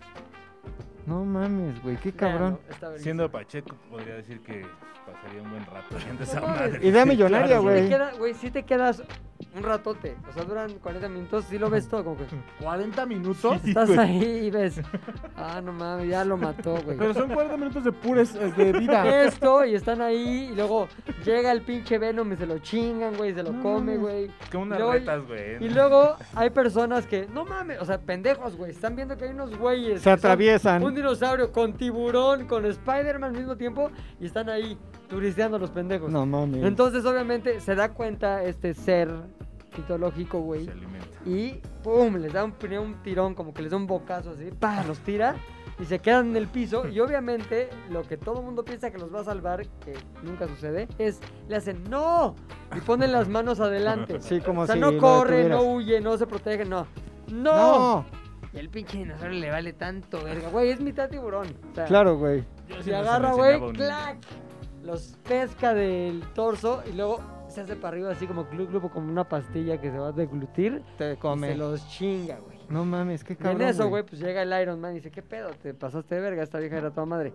Speaker 2: No mames, güey, qué cabrón.
Speaker 1: Véanlo, está verguísima.
Speaker 3: Siendo Pacheco, podría decir que pasaría un buen rato viendo esa
Speaker 1: No mames.
Speaker 3: madre.
Speaker 2: Idea millonaria,
Speaker 3: Claro,
Speaker 1: Sí te
Speaker 2: güey.
Speaker 1: queda- Güey, si te quedas un ratote. O sea, duran 40 minutos, si lo ves todo como que.
Speaker 4: 40 minutos.
Speaker 1: Estás ahí y ves. Ah, no mames, ya lo mató, güey.
Speaker 4: Pero son 40 minutos de pures eh, de vida.
Speaker 1: Esto, y están ahí, y luego llega el pinche Venom y se lo chingan, güey, se lo come, güey.
Speaker 3: Es como unas
Speaker 1: Y luego-
Speaker 3: retas, güey.
Speaker 1: Y luego hay personas que, no mames, o sea, pendejos, güey, están viendo que hay unos güeyes. que
Speaker 2: Se
Speaker 1: son
Speaker 2: atraviesan.
Speaker 1: Un dinosaurio con tiburón, con Spider-Man al mismo tiempo, y están ahí turisteando los pendejos.
Speaker 2: No mames.
Speaker 1: Entonces, obviamente, se da cuenta este ser mitológico, güey.
Speaker 3: Se alimenta.
Speaker 1: Y pum, les da un, pri- un tirón, como que les da un bocazo así, pa, los tira y se quedan en el piso. Y obviamente, lo que todo el mundo piensa que los va a salvar, que nunca sucede, es le hacen ¡No! Y ponen las manos adelante.
Speaker 2: Sí, como
Speaker 1: o sea,
Speaker 2: si
Speaker 1: no
Speaker 2: lo
Speaker 1: corren, no
Speaker 2: detuvieras.
Speaker 1: huyen, no se protegen, no. ¡No!
Speaker 2: No,
Speaker 1: Y el pinche dinosaurio le vale tanto, verga. Güey, es mitad tiburón. O sea,
Speaker 2: claro, güey.
Speaker 3: Yo sí
Speaker 1: se
Speaker 3: no se me
Speaker 1: agarra,
Speaker 3: enseñaba
Speaker 1: güey,
Speaker 3: un-
Speaker 1: clac. Los pesca del torso y luego se hace para arriba así como glu glu como una pastilla que se va a deglutir.
Speaker 2: Te
Speaker 1: y se
Speaker 2: come.
Speaker 1: los chinga, güey.
Speaker 2: No mames, qué
Speaker 1: Y
Speaker 2: cabrón.
Speaker 1: en eso, güey, pues llega el Iron Man y dice, ¿qué pedo? Te pasaste de verga, esta vieja era toda madre.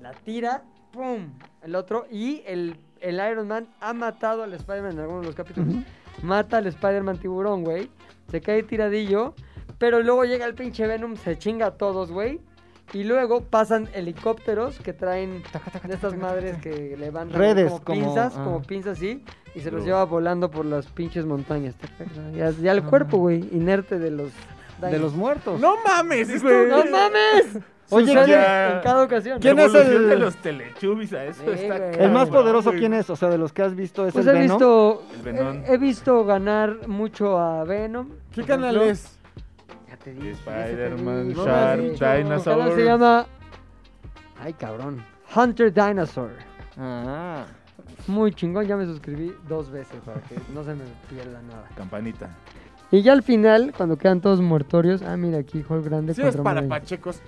Speaker 1: La tira, ¡pum! El otro, y el, el Iron Man ha matado al Spider-Man en algunos de los capítulos. Mata al Spider-Man tiburón, güey. Se cae tiradillo, pero luego llega el pinche Venom, se chinga a todos, güey. Y luego pasan helicópteros que traen de estas madres que le van
Speaker 2: Redes,
Speaker 1: como
Speaker 2: como-
Speaker 1: pinzas,
Speaker 2: ah.
Speaker 1: como pinzas así, y se los lleva volando por las pinches montañas. Ya, ya el cuerpo, güey, inerte de los
Speaker 2: De los muertos.
Speaker 3: ¡No mames! esto-
Speaker 1: ¡No mames!
Speaker 2: Oye,
Speaker 1: Sucede
Speaker 3: ya-
Speaker 1: en cada ocasión.
Speaker 2: ¿Quién
Speaker 3: la
Speaker 2: es el-
Speaker 3: evolución de los telechubis a eso
Speaker 1: Sí,
Speaker 3: está
Speaker 1: güey.
Speaker 2: El más
Speaker 3: cabrón,
Speaker 2: poderoso,
Speaker 3: güey.
Speaker 2: ¿quién es? O sea, de los que has visto, es
Speaker 1: Pues
Speaker 2: el
Speaker 1: he
Speaker 2: Venom.
Speaker 1: visto,
Speaker 3: El Venom.
Speaker 1: he, he visto ganar mucho a Venom.
Speaker 4: ¿Qué canal es?
Speaker 1: Ya te dije. ya se te
Speaker 3: Spider-Man,
Speaker 1: dije.
Speaker 3: Shark,
Speaker 1: El
Speaker 3: Dinosaur.
Speaker 1: canal se llama... Ay, cabrón. Hunter Dinosaur.
Speaker 2: Ah,
Speaker 1: Muy chingón, ya me suscribí dos veces para que no se me pierda nada.
Speaker 3: Campanita.
Speaker 1: Y ya al final, cuando quedan todos muertorios, ah, mira aquí, Hulk grande.
Speaker 4: Si es
Speaker 1: contra
Speaker 4: para
Speaker 1: Wolverine.
Speaker 4: pachecos,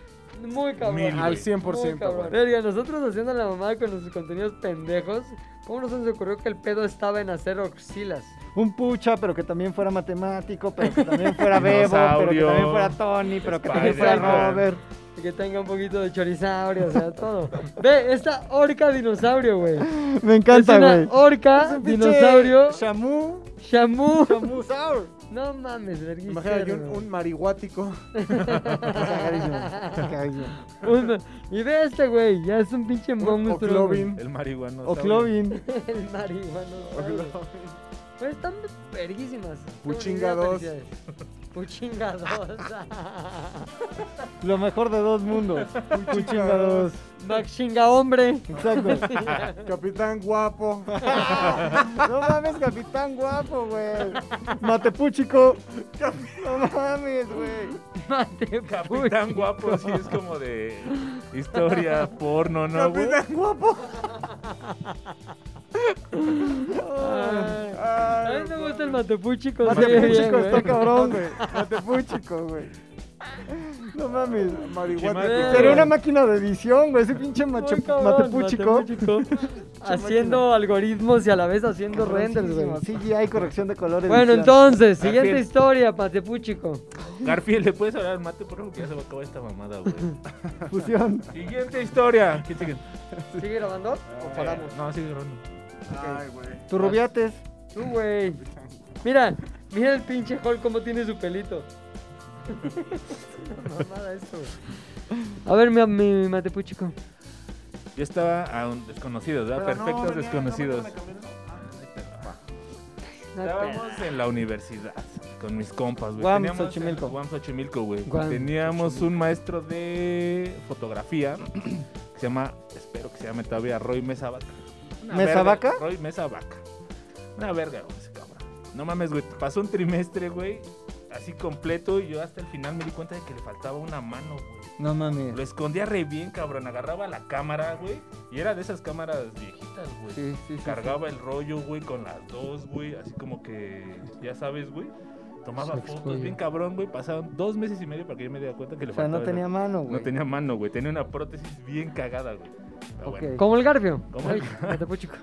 Speaker 1: Muy cabrón.
Speaker 3: Mil,
Speaker 4: al
Speaker 3: güey.
Speaker 1: Muy
Speaker 4: 100%,
Speaker 1: cabrón.
Speaker 4: güey.
Speaker 1: Verga, nosotros haciendo la mamada con los contenidos pendejos, ¿cómo no se nos ocurrió que el pedo estaba en hacer oxilas?
Speaker 2: un pucha, pero que también fuera matemático, pero que también fuera Bebo, pero que
Speaker 3: Dinosaurio.
Speaker 2: también fuera Tony, pero que también fuera
Speaker 3: Spider-Man.
Speaker 2: Robert.
Speaker 1: Y que tenga un poquito de chorizaurio, o sea, todo. Ve, esta orca dinosaurio, güey.
Speaker 2: Me
Speaker 1: Es
Speaker 2: encanta,
Speaker 1: una
Speaker 2: güey. Es
Speaker 1: orca
Speaker 2: un pinche
Speaker 1: dinosaurio
Speaker 2: Shamu.
Speaker 1: Shamu.
Speaker 2: Shamu Saur.
Speaker 1: No mames, verguísimo.
Speaker 4: Imagínate un, un marihuático.
Speaker 2: Cagadísimo, cagadísimo.
Speaker 1: Un- Y ve este, güey, ya es un pinche
Speaker 4: Un
Speaker 1: monstruo. güey.
Speaker 4: Oclovin.
Speaker 3: El marihuano.
Speaker 2: O Clovin.
Speaker 1: El marihuano. Pues están verguísimas. Qué buena
Speaker 4: Puchinga
Speaker 1: idea,
Speaker 4: dos.
Speaker 1: felicidades. Puchinga dos.
Speaker 2: Lo mejor de dos mundos. Un chingados.
Speaker 1: Max chinga hombre.
Speaker 2: Exacto.
Speaker 4: Capitán guapo.
Speaker 2: No mames, capitán guapo, güey. Matepuchico. No mames, güey.
Speaker 1: Mate,
Speaker 3: Capitán guapo, sí es como de historia porno, ¿no, güey?
Speaker 4: Capitán guapo.
Speaker 1: Ay. A mí me gusta el matepuchico.
Speaker 2: Matepuchico
Speaker 1: güey.
Speaker 2: está cabrón, güey. Matepuchico, güey. No mames.
Speaker 3: Chimaco.
Speaker 4: Marihuático.
Speaker 2: Sería una máquina de edición, güey. Ese pinche mache-
Speaker 1: Muy cabrón,
Speaker 2: matepuchico.
Speaker 1: Matepuchico. haciendo algoritmos y a la vez haciendo renders, güey.
Speaker 2: Cabroncísimo. CGI, corrección de colores.
Speaker 1: Bueno,
Speaker 2: decían.
Speaker 1: entonces, siguiente
Speaker 3: Así es.
Speaker 1: historia, Matepuchico.
Speaker 3: Garfield, ¿le puedes hablar al mate, por favor? Que ya se me acabó esta mamada, güey.
Speaker 2: Fusión.
Speaker 3: Siguiente historia. ¿Qué sigue?
Speaker 1: ¿Sigue grabando? ¿O paramos?
Speaker 3: No, sigue grabando.
Speaker 4: Ay, güey.
Speaker 2: Tu rubiates.
Speaker 1: Tú, güey. Mira, mira el pinche Hulk cómo tiene su pelito. Una mamada esto, güey. A ver, mi, mi Matepuchico.
Speaker 3: Yo estaba a un desconocido, ¿verdad?
Speaker 4: Pero no,
Speaker 3: Perfectos
Speaker 4: venía,
Speaker 3: desconocidos.
Speaker 4: no me Ah, acaban de cambiar.
Speaker 1: No hay pedo.
Speaker 3: Estábamos en la universidad con mis compas, güey.
Speaker 2: Guam,
Speaker 3: Teníamos-
Speaker 2: Xochimilco.
Speaker 3: Guam, Xochimilco, güey.
Speaker 1: Guam,
Speaker 3: Teníamos un maestro de fotografía que se llama, espero que se llame todavía Roy Mesa Vaca. Una
Speaker 2: ¿Mesa
Speaker 3: verga,
Speaker 2: Vaca?
Speaker 3: Roy Mesa Vaca. Una verga, güey, ese cabrón. No mames, güey. Pasó un trimestre, güey, así completo y yo hasta el final me di cuenta de que le faltaba una mano, güey.
Speaker 2: No
Speaker 3: Lo
Speaker 2: mames.
Speaker 3: escondía re bien, cabrón. Agarraba la cámara, güey. Y era de esas cámaras viejitas, güey.
Speaker 2: Sí, sí, sí.
Speaker 3: Cargaba el rollo, güey, con las dos, güey. Así como que, ya sabes, güey. Tomaba
Speaker 1: Se
Speaker 3: fotos,
Speaker 1: expoye.
Speaker 3: bien cabrón, güey. Pasaron dos meses y medio para que yo me diera cuenta que le
Speaker 2: O sea,
Speaker 3: faltaba
Speaker 2: no tenía
Speaker 3: el-
Speaker 2: mano,
Speaker 3: No
Speaker 2: güey.
Speaker 3: tenía mano, güey. Tenía una prótesis bien cagada, güey. Pero
Speaker 2: Ok.
Speaker 3: bueno.
Speaker 1: Como el Garfio.
Speaker 3: Como
Speaker 1: Ay,
Speaker 3: el-
Speaker 1: Matepuchico.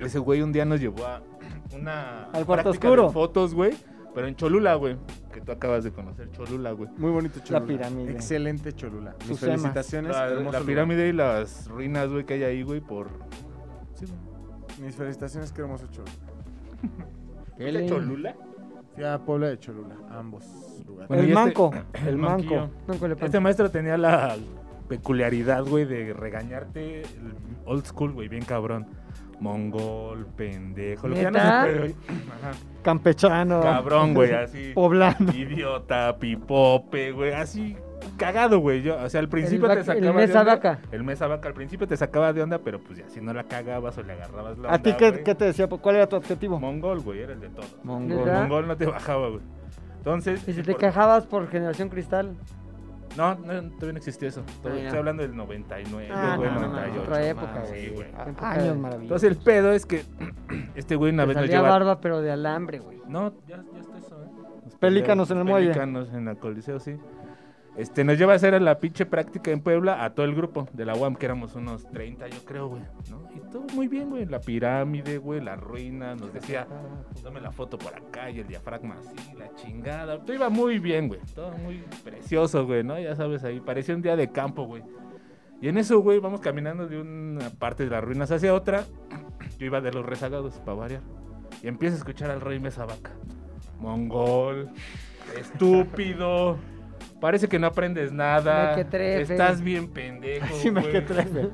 Speaker 3: Ese güey un día nos llevó a una.
Speaker 2: Al cuarto
Speaker 3: práctica
Speaker 2: oscuro.
Speaker 3: de fotos, güey. Pero en Cholula, güey. Que tú acabas de conocer, Cholula, güey.
Speaker 4: Muy bonito Cholula.
Speaker 2: pirámide.
Speaker 4: Excelente Cholula. Mis
Speaker 2: Sus
Speaker 4: felicitaciones.
Speaker 3: La, la
Speaker 4: hermoso lugar.
Speaker 3: pirámide y las ruinas, güey, que hay ahí, güey, por. Sí, güey.
Speaker 4: Mis felicitaciones, qué hermoso Cholula.
Speaker 3: ¿Fuiste a Cholula?
Speaker 4: Fui a Puebla de Cholula, ambos lugares.
Speaker 3: Bueno, y
Speaker 2: el
Speaker 3: este-
Speaker 2: manco.
Speaker 3: el
Speaker 2: el manco.
Speaker 3: manquillo.
Speaker 1: No, con el pan.
Speaker 3: Este maestro tenía la peculiaridad, güey, de regañarte el old school, güey, bien cabrón. Mongol, pendejo, lo que ya no
Speaker 1: ¿Neta? Oh.
Speaker 3: se puede, güey. Ajá.
Speaker 2: Campechano.
Speaker 3: Cabrón, güey, así.
Speaker 2: Poblano.
Speaker 3: Idiota, pipope, güey, así cagado, güey. Yo, o sea, al principio
Speaker 1: vaca-
Speaker 3: te
Speaker 1: el
Speaker 3: sacaba de
Speaker 1: mesa
Speaker 3: onda.
Speaker 1: vaca.
Speaker 3: El mesa vaca al principio te sacaba de onda, pero pues ya si no la cagabas o le agarrabas la
Speaker 2: ¿A ti
Speaker 3: onda,
Speaker 2: qué,
Speaker 3: güey.
Speaker 2: qué te decía? ¿Cuál era tu objetivo?
Speaker 3: Mongol, güey, era el de todo.
Speaker 1: Mongol.
Speaker 3: El
Speaker 1: ¿Verdad?
Speaker 3: mongol no te bajaba, güey. Entonces.
Speaker 1: Y si
Speaker 3: sí,
Speaker 1: te
Speaker 3: por-
Speaker 1: quejabas por Generación Cristal.
Speaker 3: No, no, todavía no existía eso. Todavía-
Speaker 1: Ah, ya.
Speaker 3: estoy hablando del 99,
Speaker 1: Ah,
Speaker 3: güey,
Speaker 1: no, no, no,
Speaker 3: 98.
Speaker 1: otra época,
Speaker 3: más,
Speaker 1: güey.
Speaker 3: sí, güey.
Speaker 2: Ah,
Speaker 1: Época de-
Speaker 2: Años maravillosos.
Speaker 3: Entonces el pedo es que este güey una
Speaker 1: Te
Speaker 3: vez nos
Speaker 1: salía
Speaker 3: lleva.
Speaker 1: barba, pero de alambre, güey.
Speaker 3: No, ya, ya está eso, ¿eh? Los
Speaker 2: Pelícanos en el muelle.
Speaker 3: Pelícanos en el Coliseo, sí. Este, nos lleva a hacer a la pinche práctica en Puebla a todo el grupo de la UAM, que éramos unos 30, yo creo, güey. ¿no? Y todo muy bien, güey. La pirámide, güey, la ruina. Nos decía, "Pues, dame la foto por acá y el diafragma así, la chingada. Todo iba muy bien, güey. Todo muy precioso, güey, ¿no? Ya sabes ahí. Parecía un día de campo, güey. Y en eso, güey, vamos caminando de una parte de las ruinas hacia otra. Yo iba de los rezagados, para variar. Y empiezo a escuchar al rey Mesa Vaca. Mongol, estúpido. Parece que no aprendes nada.
Speaker 1: Mequetrefe.
Speaker 3: Estás bien pendejo.
Speaker 2: Sí, me
Speaker 3: güey.
Speaker 2: que traigo.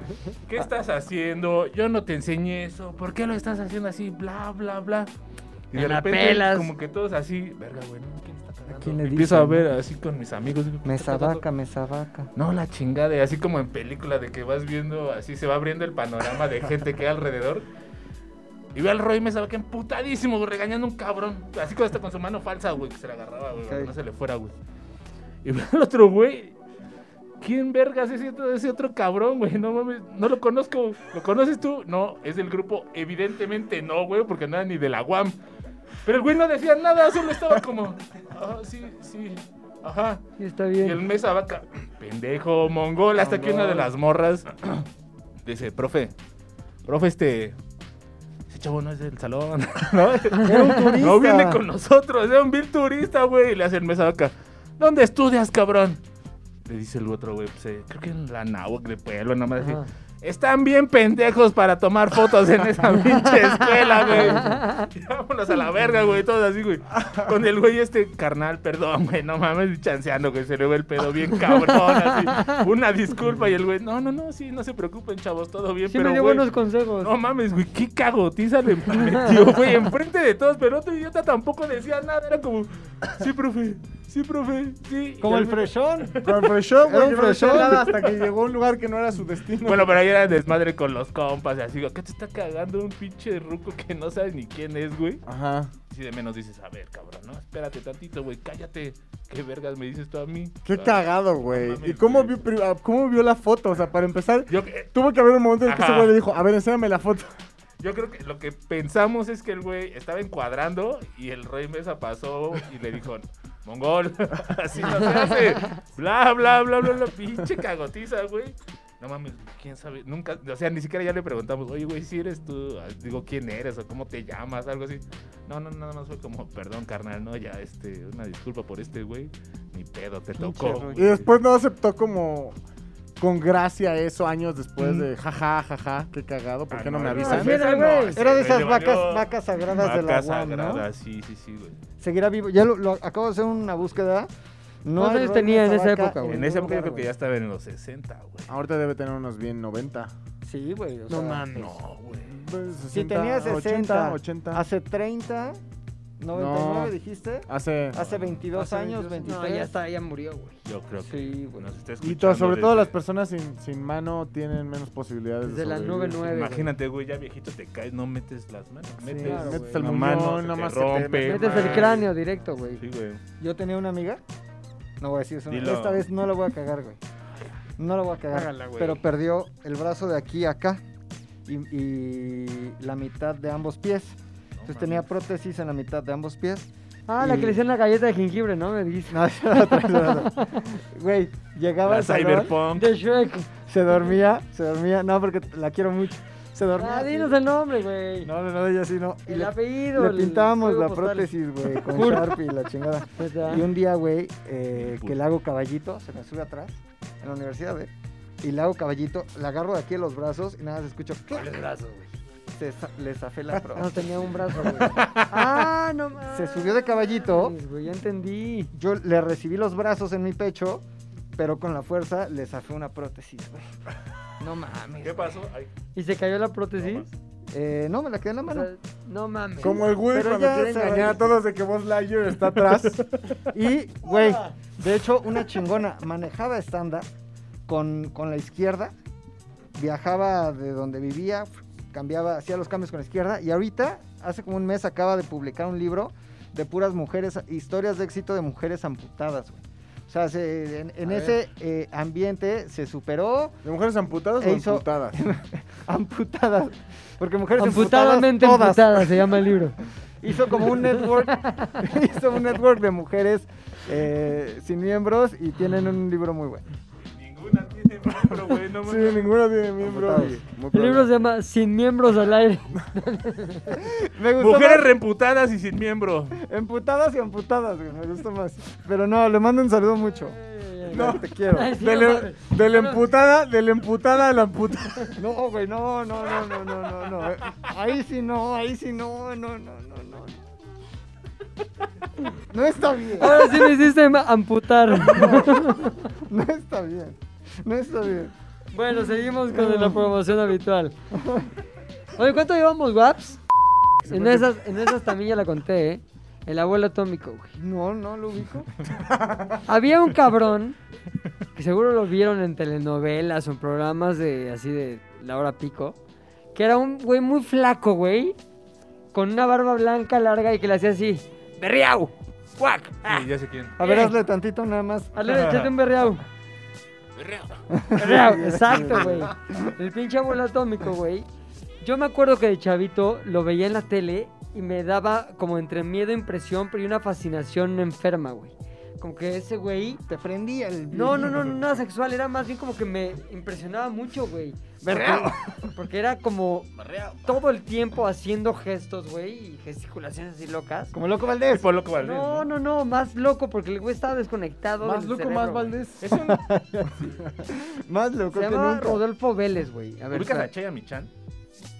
Speaker 3: ¿Qué estás haciendo? Yo no te enseñé eso. ¿Por qué lo estás haciendo así? Bla, bla, bla. Y
Speaker 1: Me la pelas.
Speaker 3: como que todos así, verga, güey, no, ¿quién está cagando?
Speaker 2: quién le
Speaker 3: Me Empiezo a
Speaker 2: dicen,
Speaker 3: ver
Speaker 2: no?
Speaker 3: así con mis amigos. digo, ¿quién está cagando?
Speaker 2: Mesavaca, mesavaca.
Speaker 3: No, la chingada, y así como en película de que vas viendo, así se va abriendo el panorama de gente que hay alrededor. Y ve al Roy me que emputadísimo, güey, regañando a un cabrón. Así como hasta con su mano falsa, güey, que se la agarraba, güey, para que
Speaker 2: Ok.
Speaker 3: no se le fuera, güey. Y ve al otro güey. ¿Quién vergas es ese- ese otro cabrón, güey? No mames, no lo conozco. ¿Lo conoces tú? No, es del grupo. Evidentemente no, güey, porque no era ni de la UAM. Pero el güey no decía nada, solo estaba como. Ah, sí, sí. Ajá.
Speaker 1: Sí, está
Speaker 3: Y el
Speaker 1: bien.
Speaker 3: mesa vaca, pendejo, mongol, hasta que una de las morras dice, profe, profe, este, ese chavo no es del salón, ¿no? No viene con nosotros, es un vil turista, güey, y le hacen mesa vaca, ¿dónde estudias, cabrón? Le dice el otro, güey, pues, eh, creo que en la Nahuac de Puebla, nada más así.
Speaker 1: Ajá.
Speaker 3: Están bien pendejos para tomar fotos en esa pinche escuela, güey. Y Vámonos a la verga, güey. Todos así, güey. Con el güey este carnal, perdón, güey. No mames, chanceando, que se le ve el pedo bien cabrón. Así. Una disculpa y el güey, no, no, no, sí, no se preocupen, chavos, todo bien.
Speaker 1: Sí
Speaker 3: pero,
Speaker 1: me dio
Speaker 3: güey,
Speaker 1: buenos consejos.
Speaker 3: no mames, güey, qué cagotiza le metió, güey, enfrente de todos, pero otro idiota tampoco decía nada, era como, sí, profe, sí, profe, sí. Y
Speaker 2: Como
Speaker 3: al
Speaker 2: el
Speaker 3: fin-
Speaker 2: freshón.
Speaker 4: Con freshón, güey.
Speaker 2: Era un
Speaker 4: Yo no decía
Speaker 2: freshón.
Speaker 4: nada hasta que llegó a un lugar que no era su destino.
Speaker 3: Bueno, pero ahí era desmadre con los compas y así, güey, ¿qué te está cagando un pinche ruco que no sabes ni quién es, güey?
Speaker 4: Ajá.
Speaker 3: Si de menos dices, a ver, cabrón, no, espérate tantito, güey, cállate, qué vergas me dices tú a mí.
Speaker 4: Qué
Speaker 3: Ah,
Speaker 4: cagado, güey.
Speaker 3: No mames,
Speaker 4: ¿Y cómo
Speaker 3: güey.
Speaker 4: vio, pri- ah, cómo vio la foto? O sea, para empezar,
Speaker 3: Yo, eh,
Speaker 4: tuvo que haber un momento en el que ese
Speaker 3: Ajá.
Speaker 4: güey le dijo, a ver, enséñame la foto.
Speaker 3: yo creo que lo que pensamos es que el güey estaba encuadrando y el rey mesa pasó y le dijo, mongol, así no se hace, bla, bla, bla, bla, bla, pinche cagotiza, güey. No mames, quién sabe, nunca, o sea, ni siquiera ya le preguntamos, oye, güey, si eres tú, ah, digo, ¿quién eres o cómo te llamas? Algo así. No, no, nada más fue como, perdón, carnal, no, ya, este, una disculpa por este, güey, ni pedo, te tocó.
Speaker 2: Ruy.
Speaker 4: Y
Speaker 3: güey".
Speaker 4: después no aceptó como con gracia eso años después de jaja, jaja, qué cagado, ¿por
Speaker 3: Ah,
Speaker 4: qué no,
Speaker 3: no,
Speaker 4: me
Speaker 3: no,
Speaker 4: avisan?
Speaker 1: no, Mira, güey,
Speaker 3: ese
Speaker 2: Era de
Speaker 3: güey
Speaker 2: esas
Speaker 3: le
Speaker 2: vacas,
Speaker 3: valió-
Speaker 2: vacas sagradas de la
Speaker 3: Vaca
Speaker 2: UAM, ¿no?
Speaker 3: sagrada, sí, sí, sí, güey.
Speaker 2: Seguirá vivo. Ya lo, lo- acabo de hacer una búsqueda. No
Speaker 1: ¿Cuántos
Speaker 2: hay
Speaker 1: años
Speaker 2: Roy
Speaker 1: tenía en esa
Speaker 2: Mazavaca
Speaker 1: época, güey?
Speaker 3: En
Speaker 2: ningún
Speaker 3: esa época yo creo
Speaker 2: lugar,
Speaker 3: que ya estaba en los 60, güey.
Speaker 4: Ahorita debe tener unos bien 90.
Speaker 2: güey. Sí, güey. o
Speaker 4: No
Speaker 2: sea,
Speaker 4: mames.
Speaker 3: No, güey.
Speaker 4: Pues,
Speaker 2: Si
Speaker 4: 60,
Speaker 2: tenía 60,
Speaker 4: 80, 80.
Speaker 2: hace 30, 99
Speaker 4: No.
Speaker 2: dijiste.
Speaker 4: Hace...
Speaker 2: Hace 22
Speaker 4: Hace
Speaker 2: años,
Speaker 4: 22.
Speaker 1: No,
Speaker 2: 23.
Speaker 1: ya está, ya murió, güey.
Speaker 3: Yo creo que
Speaker 2: Sí, güey.
Speaker 3: nos está
Speaker 4: Y
Speaker 3: escuchando.
Speaker 4: to- sobre todo
Speaker 3: desde-
Speaker 4: las personas sin, sin mano tienen menos posibilidades
Speaker 1: Desde
Speaker 4: de
Speaker 1: la
Speaker 4: sobrevivir.
Speaker 1: 9-9. güey.
Speaker 3: Imagínate, güey, ya viejito te caes, no metes las manos. Metes,
Speaker 2: claro,
Speaker 4: metes
Speaker 2: güey.
Speaker 4: el
Speaker 3: la
Speaker 4: muñón,
Speaker 3: mano, se
Speaker 4: nada
Speaker 3: te
Speaker 4: más se te-
Speaker 3: rompe.
Speaker 1: Metes el
Speaker 3: man.
Speaker 1: cráneo directo, güey.
Speaker 3: Sí, güey.
Speaker 2: Yo tenía una amiga. No voy a decir eso.
Speaker 3: Dilo.
Speaker 2: Esta vez no la voy a cagar, güey. No la voy a cagar.
Speaker 4: Hágala, güey.
Speaker 2: pero perdió el brazo de aquí a acá y, y la mitad de ambos pies. Entonces tenía prótesis en la mitad de ambos pies.
Speaker 1: Ah, la que
Speaker 2: Y-
Speaker 1: le hicieron la galleta de jengibre, ¿no? Me dijiste.
Speaker 2: No, esa era otra, esa era otra. Güey, llegaba
Speaker 3: La
Speaker 2: al salón,
Speaker 3: Cyberpunk.
Speaker 1: De Shrek.
Speaker 2: se dormía, se dormía. No, porque la quiero mucho. Se dormía.
Speaker 1: Ah,
Speaker 2: así.
Speaker 1: dinos el nombre, güey.
Speaker 2: No, no, no, ella sí no. Y
Speaker 1: el
Speaker 2: le,
Speaker 1: apellido.
Speaker 2: le
Speaker 1: el
Speaker 2: pintábamos
Speaker 1: código
Speaker 2: la
Speaker 1: postal. Pues
Speaker 2: prótesis, güey, con
Speaker 1: Kurt.
Speaker 2: Sharpie y la chingada.
Speaker 1: Ahí está.
Speaker 2: Y un día, güey, eh,
Speaker 3: Puta.
Speaker 2: que le hago caballito, se me sube atrás, en la universidad, güey. Y le hago caballito, la agarro de aquí de los brazos y nada más escucho. ¿Cuáles brazos, güey? Se sa- le zafé la
Speaker 1: No
Speaker 2: prótesis.
Speaker 1: tenía un brazo, güey. Ah, no mames.
Speaker 2: Se subió de caballito.
Speaker 1: güey, ya entendí.
Speaker 2: Yo le recibí los brazos en mi pecho, pero con la fuerza le zafé una prótesis, güey. No mames.
Speaker 3: ¿Qué pasó? Ay,
Speaker 1: ¿Y se cayó la prótesis?
Speaker 2: Eh, no, me la quedé en la
Speaker 1: O
Speaker 2: mano.
Speaker 1: sea, no mames.
Speaker 4: Como el güey
Speaker 2: Pero
Speaker 4: cuando
Speaker 2: ya
Speaker 4: quiere
Speaker 2: se
Speaker 4: engañar
Speaker 2: va.
Speaker 4: a todos de que Buzz Lightyear está atrás.
Speaker 2: Y, güey, de hecho, una chingona manejaba estándar con, con la izquierda, viajaba de donde vivía, cambiaba, hacía los cambios con la izquierda, y ahorita, hace como un mes, acaba de publicar un libro de puras mujeres, historias de éxito de mujeres amputadas, güey. O sea, se- en, en
Speaker 4: A
Speaker 2: ese eh, ambiente se superó
Speaker 4: ¿De mujeres amputadas
Speaker 2: E
Speaker 4: o
Speaker 2: hizo-
Speaker 4: amputadas?
Speaker 2: amputadas. Porque mujeres amputadas,
Speaker 1: Amputadamente
Speaker 2: todas,
Speaker 1: amputada se llama el libro.
Speaker 2: hizo como un network, hizo un network de mujeres eh, sin miembros y tienen un libro muy bueno.
Speaker 3: Ninguna tiene miembro, güey. No
Speaker 4: Sí,
Speaker 3: mames.
Speaker 4: ninguno tiene miembro.
Speaker 2: Amputados.
Speaker 4: y- muy
Speaker 1: El libro
Speaker 4: probable.
Speaker 1: se llama Sin miembros al aire.
Speaker 2: Me gustó
Speaker 3: Mujeres
Speaker 2: más-
Speaker 3: reemputadas y sin miembro.
Speaker 2: Emputadas y amputadas, güey, me gustó más. Pero no, le mando un saludo mucho.
Speaker 1: No.
Speaker 2: Te quiero.
Speaker 1: Ay, sí,
Speaker 4: De
Speaker 1: no
Speaker 4: la,
Speaker 1: mames.
Speaker 4: de la emputada, de la emputada a la emputada.
Speaker 2: No, güey, no, no, no, no, no, no, no. Ahí sí no, ahí sí no, no, no, no, no. No está bien,
Speaker 1: Ahora sí me hiciste ma- amputar.
Speaker 2: no está bien, no está bien.
Speaker 1: bueno, seguimos con la promoción habitual. Oye, ¿cuánto llevamos, Waps? En esas, en esas también ya la conté, ¿eh? El abuelo atómico, güey.
Speaker 2: No, no lo ubico.
Speaker 1: Había un cabrón que seguro lo vieron en telenovelas o en programas de así de la hora pico, que era un güey muy flaco, güey, con una barba blanca larga y que le hacía así, berriau, cuac. Ah,
Speaker 3: Sí, ya sé quién.
Speaker 2: A ver, hazle tantito nada más.
Speaker 1: Ale, échate un berriau. Berriau. exacto, güey. El pinche abuelo atómico, güey. Yo me acuerdo que de chavito lo veía en la tele y me daba como entre miedo, impresión, pero y una fascinación enferma, güey. Como que ese güey
Speaker 2: Te prendí el...
Speaker 1: no, no, no, no, nada sexual, era más bien como que me impresionaba mucho, güey. Porque, porque era como todo el tiempo haciendo gestos, güey, y gesticulaciones así locas.
Speaker 2: Como loco Valdés.
Speaker 3: Tipo loco Valdés.
Speaker 1: No,
Speaker 3: No,
Speaker 1: no, no, más loco, porque el güey estaba desconectado.
Speaker 4: Más
Speaker 1: del
Speaker 4: loco,
Speaker 1: cerebro,
Speaker 4: más
Speaker 1: güey.
Speaker 4: Valdés.
Speaker 3: Es un...
Speaker 2: Más loco
Speaker 1: Se
Speaker 2: que
Speaker 1: llamaba
Speaker 2: nunca.
Speaker 1: Rodolfo Vélez, güey. A ver,
Speaker 3: ¿Ubicas a
Speaker 1: espera.
Speaker 3: Chaya Michan?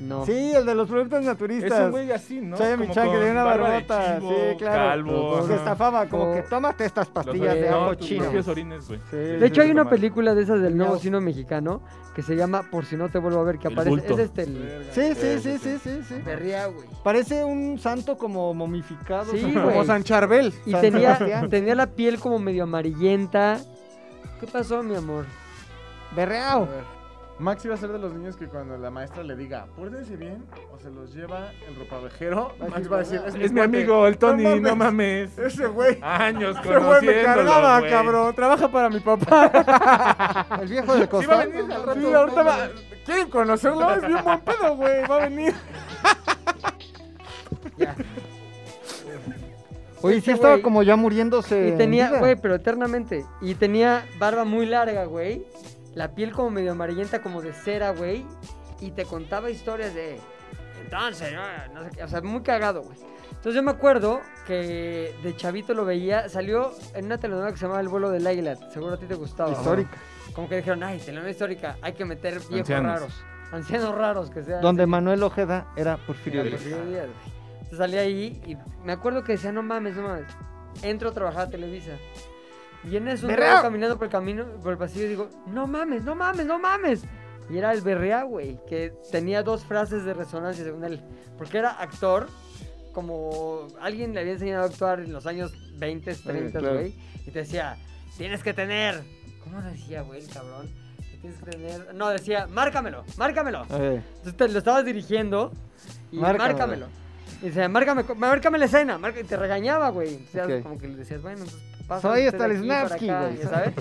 Speaker 1: no.
Speaker 2: Sí, el de los productos
Speaker 3: Es
Speaker 2: naturistas.
Speaker 3: un güey así, ¿no?
Speaker 2: Chaya
Speaker 3: Como
Speaker 2: Michan, que
Speaker 3: con
Speaker 2: tenía una
Speaker 3: barba de
Speaker 2: barbota,
Speaker 3: chivo,
Speaker 2: sí, claro. Pues
Speaker 3: Calvo.
Speaker 2: Se estafaba, como
Speaker 1: No.
Speaker 2: que tómate estas pastillas
Speaker 1: orines,
Speaker 2: de
Speaker 3: no,
Speaker 2: ajo
Speaker 3: tus
Speaker 2: chino.
Speaker 3: propios orines, güey.
Speaker 2: Sí,
Speaker 1: De hecho, hay una
Speaker 3: Tomás.
Speaker 1: película de esas del nuevo
Speaker 2: No.
Speaker 1: cine mexicano que se llama Por si no te vuelvo a ver, que
Speaker 3: El
Speaker 1: aparece.
Speaker 3: bulto.
Speaker 1: Es este, el.
Speaker 2: Sí, sí, sí, sí, sí, sí.
Speaker 1: Berría, güey.
Speaker 2: Parece un santo como momificado.
Speaker 1: Sí,
Speaker 2: como-
Speaker 1: güey.
Speaker 4: Como San Charbel.
Speaker 1: Y
Speaker 2: San
Speaker 1: tenía,
Speaker 2: Sebastián.
Speaker 1: tenía la piel como medio amarillenta. ¿Qué pasó, mi amor?
Speaker 4: A
Speaker 2: Berreao.
Speaker 4: ver, Max iba a ser de los niños que cuando la maestra le diga, pórtense bien, o se los lleva el ropavejero, Max va a decir, es,
Speaker 3: Es mi amigo, el Tony,
Speaker 4: No
Speaker 3: no mames.
Speaker 4: Ese güey.
Speaker 3: Años
Speaker 4: Ese güey me cargaba,
Speaker 3: conociéndolo, güey.
Speaker 4: cabrón. Trabaja para mi papá.
Speaker 2: El viejo del
Speaker 3: Sí va a
Speaker 2: costal.
Speaker 3: venir al rato.
Speaker 4: Sí, ahorita va. ¿Quieren conocerlo? Es bien buen pedo, güey. Va a venir.
Speaker 2: Oye, sí
Speaker 1: Este
Speaker 2: estaba
Speaker 1: güey-
Speaker 2: como ya muriéndose.
Speaker 1: Y
Speaker 2: en
Speaker 1: tenía,
Speaker 2: vida.
Speaker 1: güey, pero eternamente. Y tenía barba muy larga, güey. La piel como medio amarillenta, como de cera, güey. Y te contaba historias de. Entonces, no, no sé qué", O sea, muy cagado, güey. Entonces yo me acuerdo que de chavito lo veía. Salió en una telenovela que se llamaba El vuelo del águila. Seguro a ti te gustaba.
Speaker 2: Histórica.
Speaker 1: Como que dijeron, ay, telenovela histórica. Hay que meter viejos
Speaker 3: Ancianos.
Speaker 1: raros. Ancianos raros que sean.
Speaker 2: Donde
Speaker 1: así.
Speaker 2: Manuel Ojeda era Porfirio
Speaker 1: Era
Speaker 2: Díaz.
Speaker 1: Porfirio Díaz, güey. Entonces salí ahí y me acuerdo que decía, no mames, no mames. Entro a trabajar a Televisa. Y en eso
Speaker 2: ¡Berreao!
Speaker 1: estaba caminando por el camino, por el pasillo y digo, no mames, no mames, no mames. Y era el berrea, güey, que tenía dos frases de resonancia según él. Porque era actor, como alguien le había enseñado a actuar en los años 20, 30,
Speaker 2: claro.
Speaker 1: güey. Y te decía, tienes que tener. ¿Cómo decía, güey, el cabrón? Que Tienes que tener. No, decía, márcamelo, márcamelo.
Speaker 2: Eh,
Speaker 1: Entonces te lo estabas dirigiendo y
Speaker 2: Márcamelo.
Speaker 1: márcamelo. Y decía, márcame, co- márcame la escena. marca- Y te regañaba, güey. Entonces
Speaker 2: Ok.
Speaker 1: como que le decías, bueno, entonces pasa.
Speaker 2: Soy
Speaker 1: usted de aquí para
Speaker 2: Stanislavski,
Speaker 1: acá",
Speaker 2: güey.
Speaker 1: ya ¿Sabes?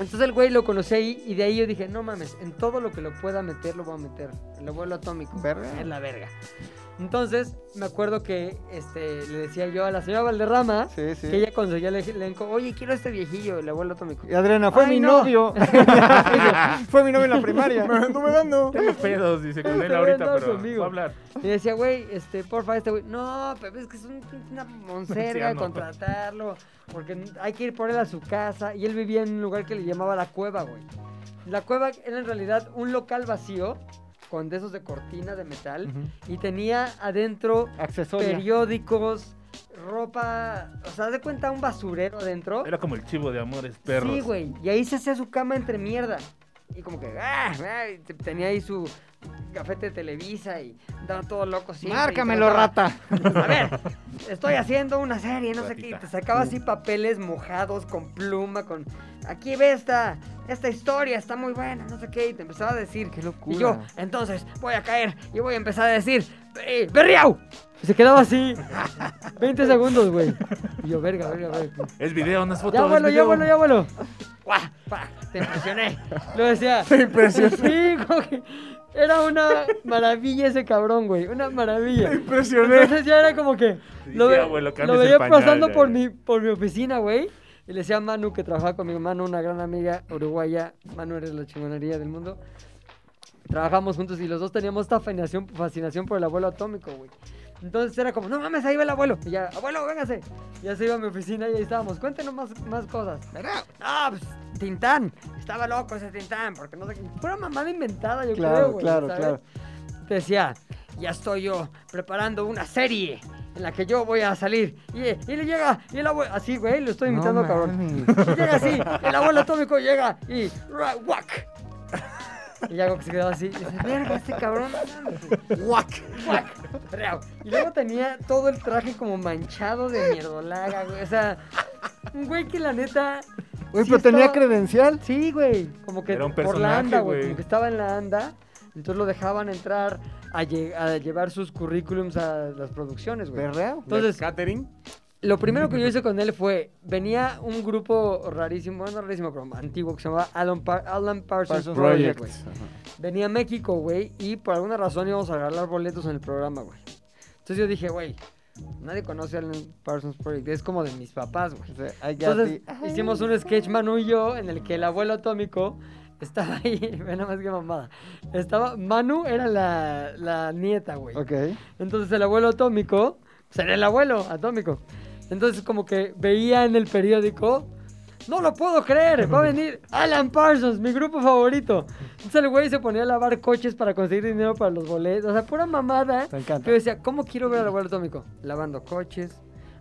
Speaker 1: Entonces el güey lo conocí ahí y de ahí yo dije, no mames, en todo lo que lo pueda meter, lo voy a meter. El abuelo atómico.
Speaker 2: Verga.
Speaker 1: Es la verga. Entonces, me acuerdo que este, le decía yo a la señora Valderrama
Speaker 2: Sí, sí.
Speaker 1: que ella conseguía el elenco, oye, quiero este viejillo, el abuelo atómico.
Speaker 2: Y Adriana, fue
Speaker 1: Ay,
Speaker 2: mi
Speaker 1: no.
Speaker 2: novio. fue mi novio en la primaria.
Speaker 4: Me anduve dando.
Speaker 3: Tengo pedos, dice con él
Speaker 1: Está
Speaker 3: ahorita,
Speaker 1: hablando
Speaker 3: pero
Speaker 1: conmigo.
Speaker 3: va a hablar.
Speaker 1: Y decía, güey, este, porfa, este güey. No, pero es que es un- una monserga
Speaker 3: Sí, ah, no. pues.
Speaker 1: contratarlo. Porque hay que ir por él a su casa. Y él vivía en un lugar que le llamaba La Cueva, güey. La Cueva era en realidad un local vacío. Con de esos de cortina de metal. Y tenía adentro
Speaker 2: Accesoria.
Speaker 1: periódicos, ropa. O sea, haz de cuenta un basurero adentro.
Speaker 3: Era como el chivo de amores perros.
Speaker 1: Sí, güey. Y ahí se hacía su cama entre mierda. Y como que, ah, ah, y te- tenía ahí su cafete de Televisa y daba todo loco siempre. y
Speaker 2: Márcamelo,
Speaker 1: trataba-
Speaker 2: rata.
Speaker 1: A ver, estoy haciendo una serie, no sé qué. y
Speaker 3: Ratita.
Speaker 1: te sacaba así papeles mojados con pluma, con. Aquí ve esta, esta historia, está muy buena, no sé qué. Y te empezaba a decir.
Speaker 2: Qué locura.
Speaker 1: Y yo, entonces, voy a caer y voy a empezar a decir, "Be- ¡Berriau! Y se quedaba así 20 segundos, güey. Y yo, verga, verga, verga.
Speaker 3: Es video, no es foto.
Speaker 1: Ya
Speaker 3: es
Speaker 1: vuelo, ya
Speaker 3: video.
Speaker 1: vuelo, ya vuelo. Guau, pa. Te te impresioné. Lo decía.
Speaker 4: Te impresioné.
Speaker 1: Sí, como que era una maravilla ese cabrón, güey. Una maravilla.
Speaker 4: Te impresioné.
Speaker 1: Entonces ya era como que
Speaker 3: Sí,
Speaker 1: lo,
Speaker 3: ya,
Speaker 1: ve-
Speaker 3: güey, lo
Speaker 1: lo
Speaker 3: cambias el
Speaker 1: veía
Speaker 3: pañal,
Speaker 1: pasando
Speaker 3: ya,
Speaker 1: por
Speaker 3: ya.
Speaker 1: mi, por mi oficina, güey. Y le decía a Manu, que trabajaba con mi Manu, una gran amiga uruguaya. Manu, eres la chingonería del mundo. Trabajamos juntos y los dos teníamos esta fascinación, fascinación por el abuelo atómico, güey. Entonces era como, no mames, ahí va el abuelo. Y ya, abuelo, véngase. Ya se iba a mi oficina y ahí estábamos. Cuéntenos más, más cosas. ¿Verdad? Ah, pues, Tintán. Estaba loco ese Tintán, porque no sé qué. Pura mamada inventada, yo
Speaker 2: Claro,
Speaker 1: creo, güey.
Speaker 2: claro,
Speaker 1: ¿sabes?
Speaker 2: claro.
Speaker 1: decía, ya estoy yo preparando una serie en la que yo voy a salir. Y, y le llega, y el abuelo, así, güey, lo estoy imitando, cabrón.
Speaker 2: mames.
Speaker 1: Y llega así, el abuelo atómico llega y ra- ¡guac! Y algo que se quedaba así, y dice, verga, este cabrón, ¡guac! ¡guac! reao". Y luego tenía todo el traje como manchado de mierdolaga, güey, o sea, un güey que la neta...
Speaker 2: Güey,
Speaker 1: sí
Speaker 2: pero tenía
Speaker 1: estaba-
Speaker 2: credencial.
Speaker 1: Sí, güey. Como que
Speaker 3: Era un
Speaker 1: por la
Speaker 3: personaje,
Speaker 1: anda, güey.
Speaker 3: güey.
Speaker 1: Como que estaba en la anda. Entonces lo dejaban entrar a, lle- a llevar sus currículums a las producciones, güey.
Speaker 2: Pues, ¿Verdad?
Speaker 1: Entonces,
Speaker 4: Catering.
Speaker 1: lo primero que yo hice con él fue, venía un grupo rarísimo, bueno, no rarísimo, pero antiguo, que se llamaba Alan, Par- Alan Parsons,
Speaker 2: Parsons
Speaker 1: Project,
Speaker 2: Project.
Speaker 1: güey. Venía a México, güey, y por alguna razón íbamos a regalar boletos en el programa, güey. Entonces yo dije, güey, nadie conoce a Alan Parsons Project, es como de mis papás, güey.
Speaker 2: Pues, eh,
Speaker 1: Entonces hicimos un sketch Manu y yo en el que el abuelo atómico estaba ahí, ve nada más que mamada. Estaba, Manu era la, la nieta, güey.
Speaker 2: Ok.
Speaker 1: Entonces el abuelo atómico, pues era el abuelo atómico. Entonces como que veía en el periódico, no lo puedo creer, va a venir Alan Parsons, mi grupo favorito. Entonces el güey se ponía a lavar coches para conseguir dinero para los boletos, o sea, pura mamada.
Speaker 2: Me encanta.
Speaker 1: Yo decía, ¿cómo quiero ver al abuelo atómico? Lavando coches,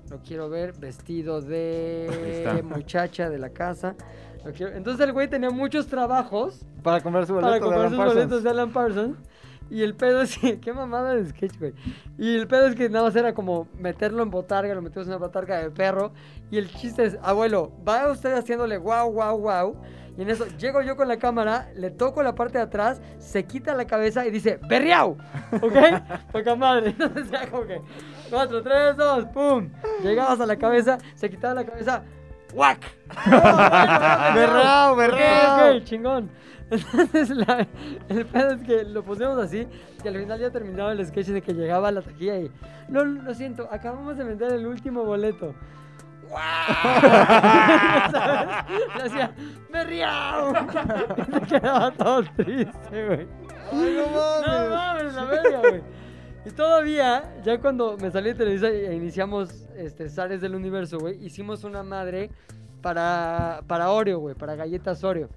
Speaker 1: lo quiero ver vestido de
Speaker 3: está.
Speaker 1: muchacha de la casa. lo quiero- Entonces el güey tenía muchos trabajos
Speaker 2: Para comprar su boleto
Speaker 1: para
Speaker 2: de
Speaker 1: comprar
Speaker 2: Alan
Speaker 1: sus
Speaker 2: Parsons.
Speaker 1: boletos de Alan Parsons. Y el pedo es que, qué mamada de sketch, güey. Y el pedo es que nada más era como meterlo en botarga, lo metimos en una botarga de perro. Y el chiste es, abuelo, va usted haciéndole wow, wow, wow. Y en eso llego yo con la cámara, le toco la parte de atrás, se quita la cabeza y dice, ¡Berriao! ¿Ok? Poca madre. Entonces ya como que, 4, 3, 2, ¡pum! Llegabas a la cabeza, se quitaba la cabeza, ¡guac!
Speaker 2: Ah, Berrao, berrao.
Speaker 1: Ok, ok, chingón. Entonces, la- el pedo es que lo pusimos así y al final ya terminaba el sketch de que llegaba a la taquilla y. No, lo siento, acabamos de vender el último boleto. ¿Sabes? Le hacía, ¡me riao! Y se quedaba todo triste, güey.
Speaker 2: Ay, no
Speaker 1: No
Speaker 2: mames.
Speaker 1: mames, la verga, güey. Y todavía, ya cuando me salí de Televisa e iniciamos este, Zares del Universo, güey, hicimos una madre para, para Oreo, güey, para galletas Oreo.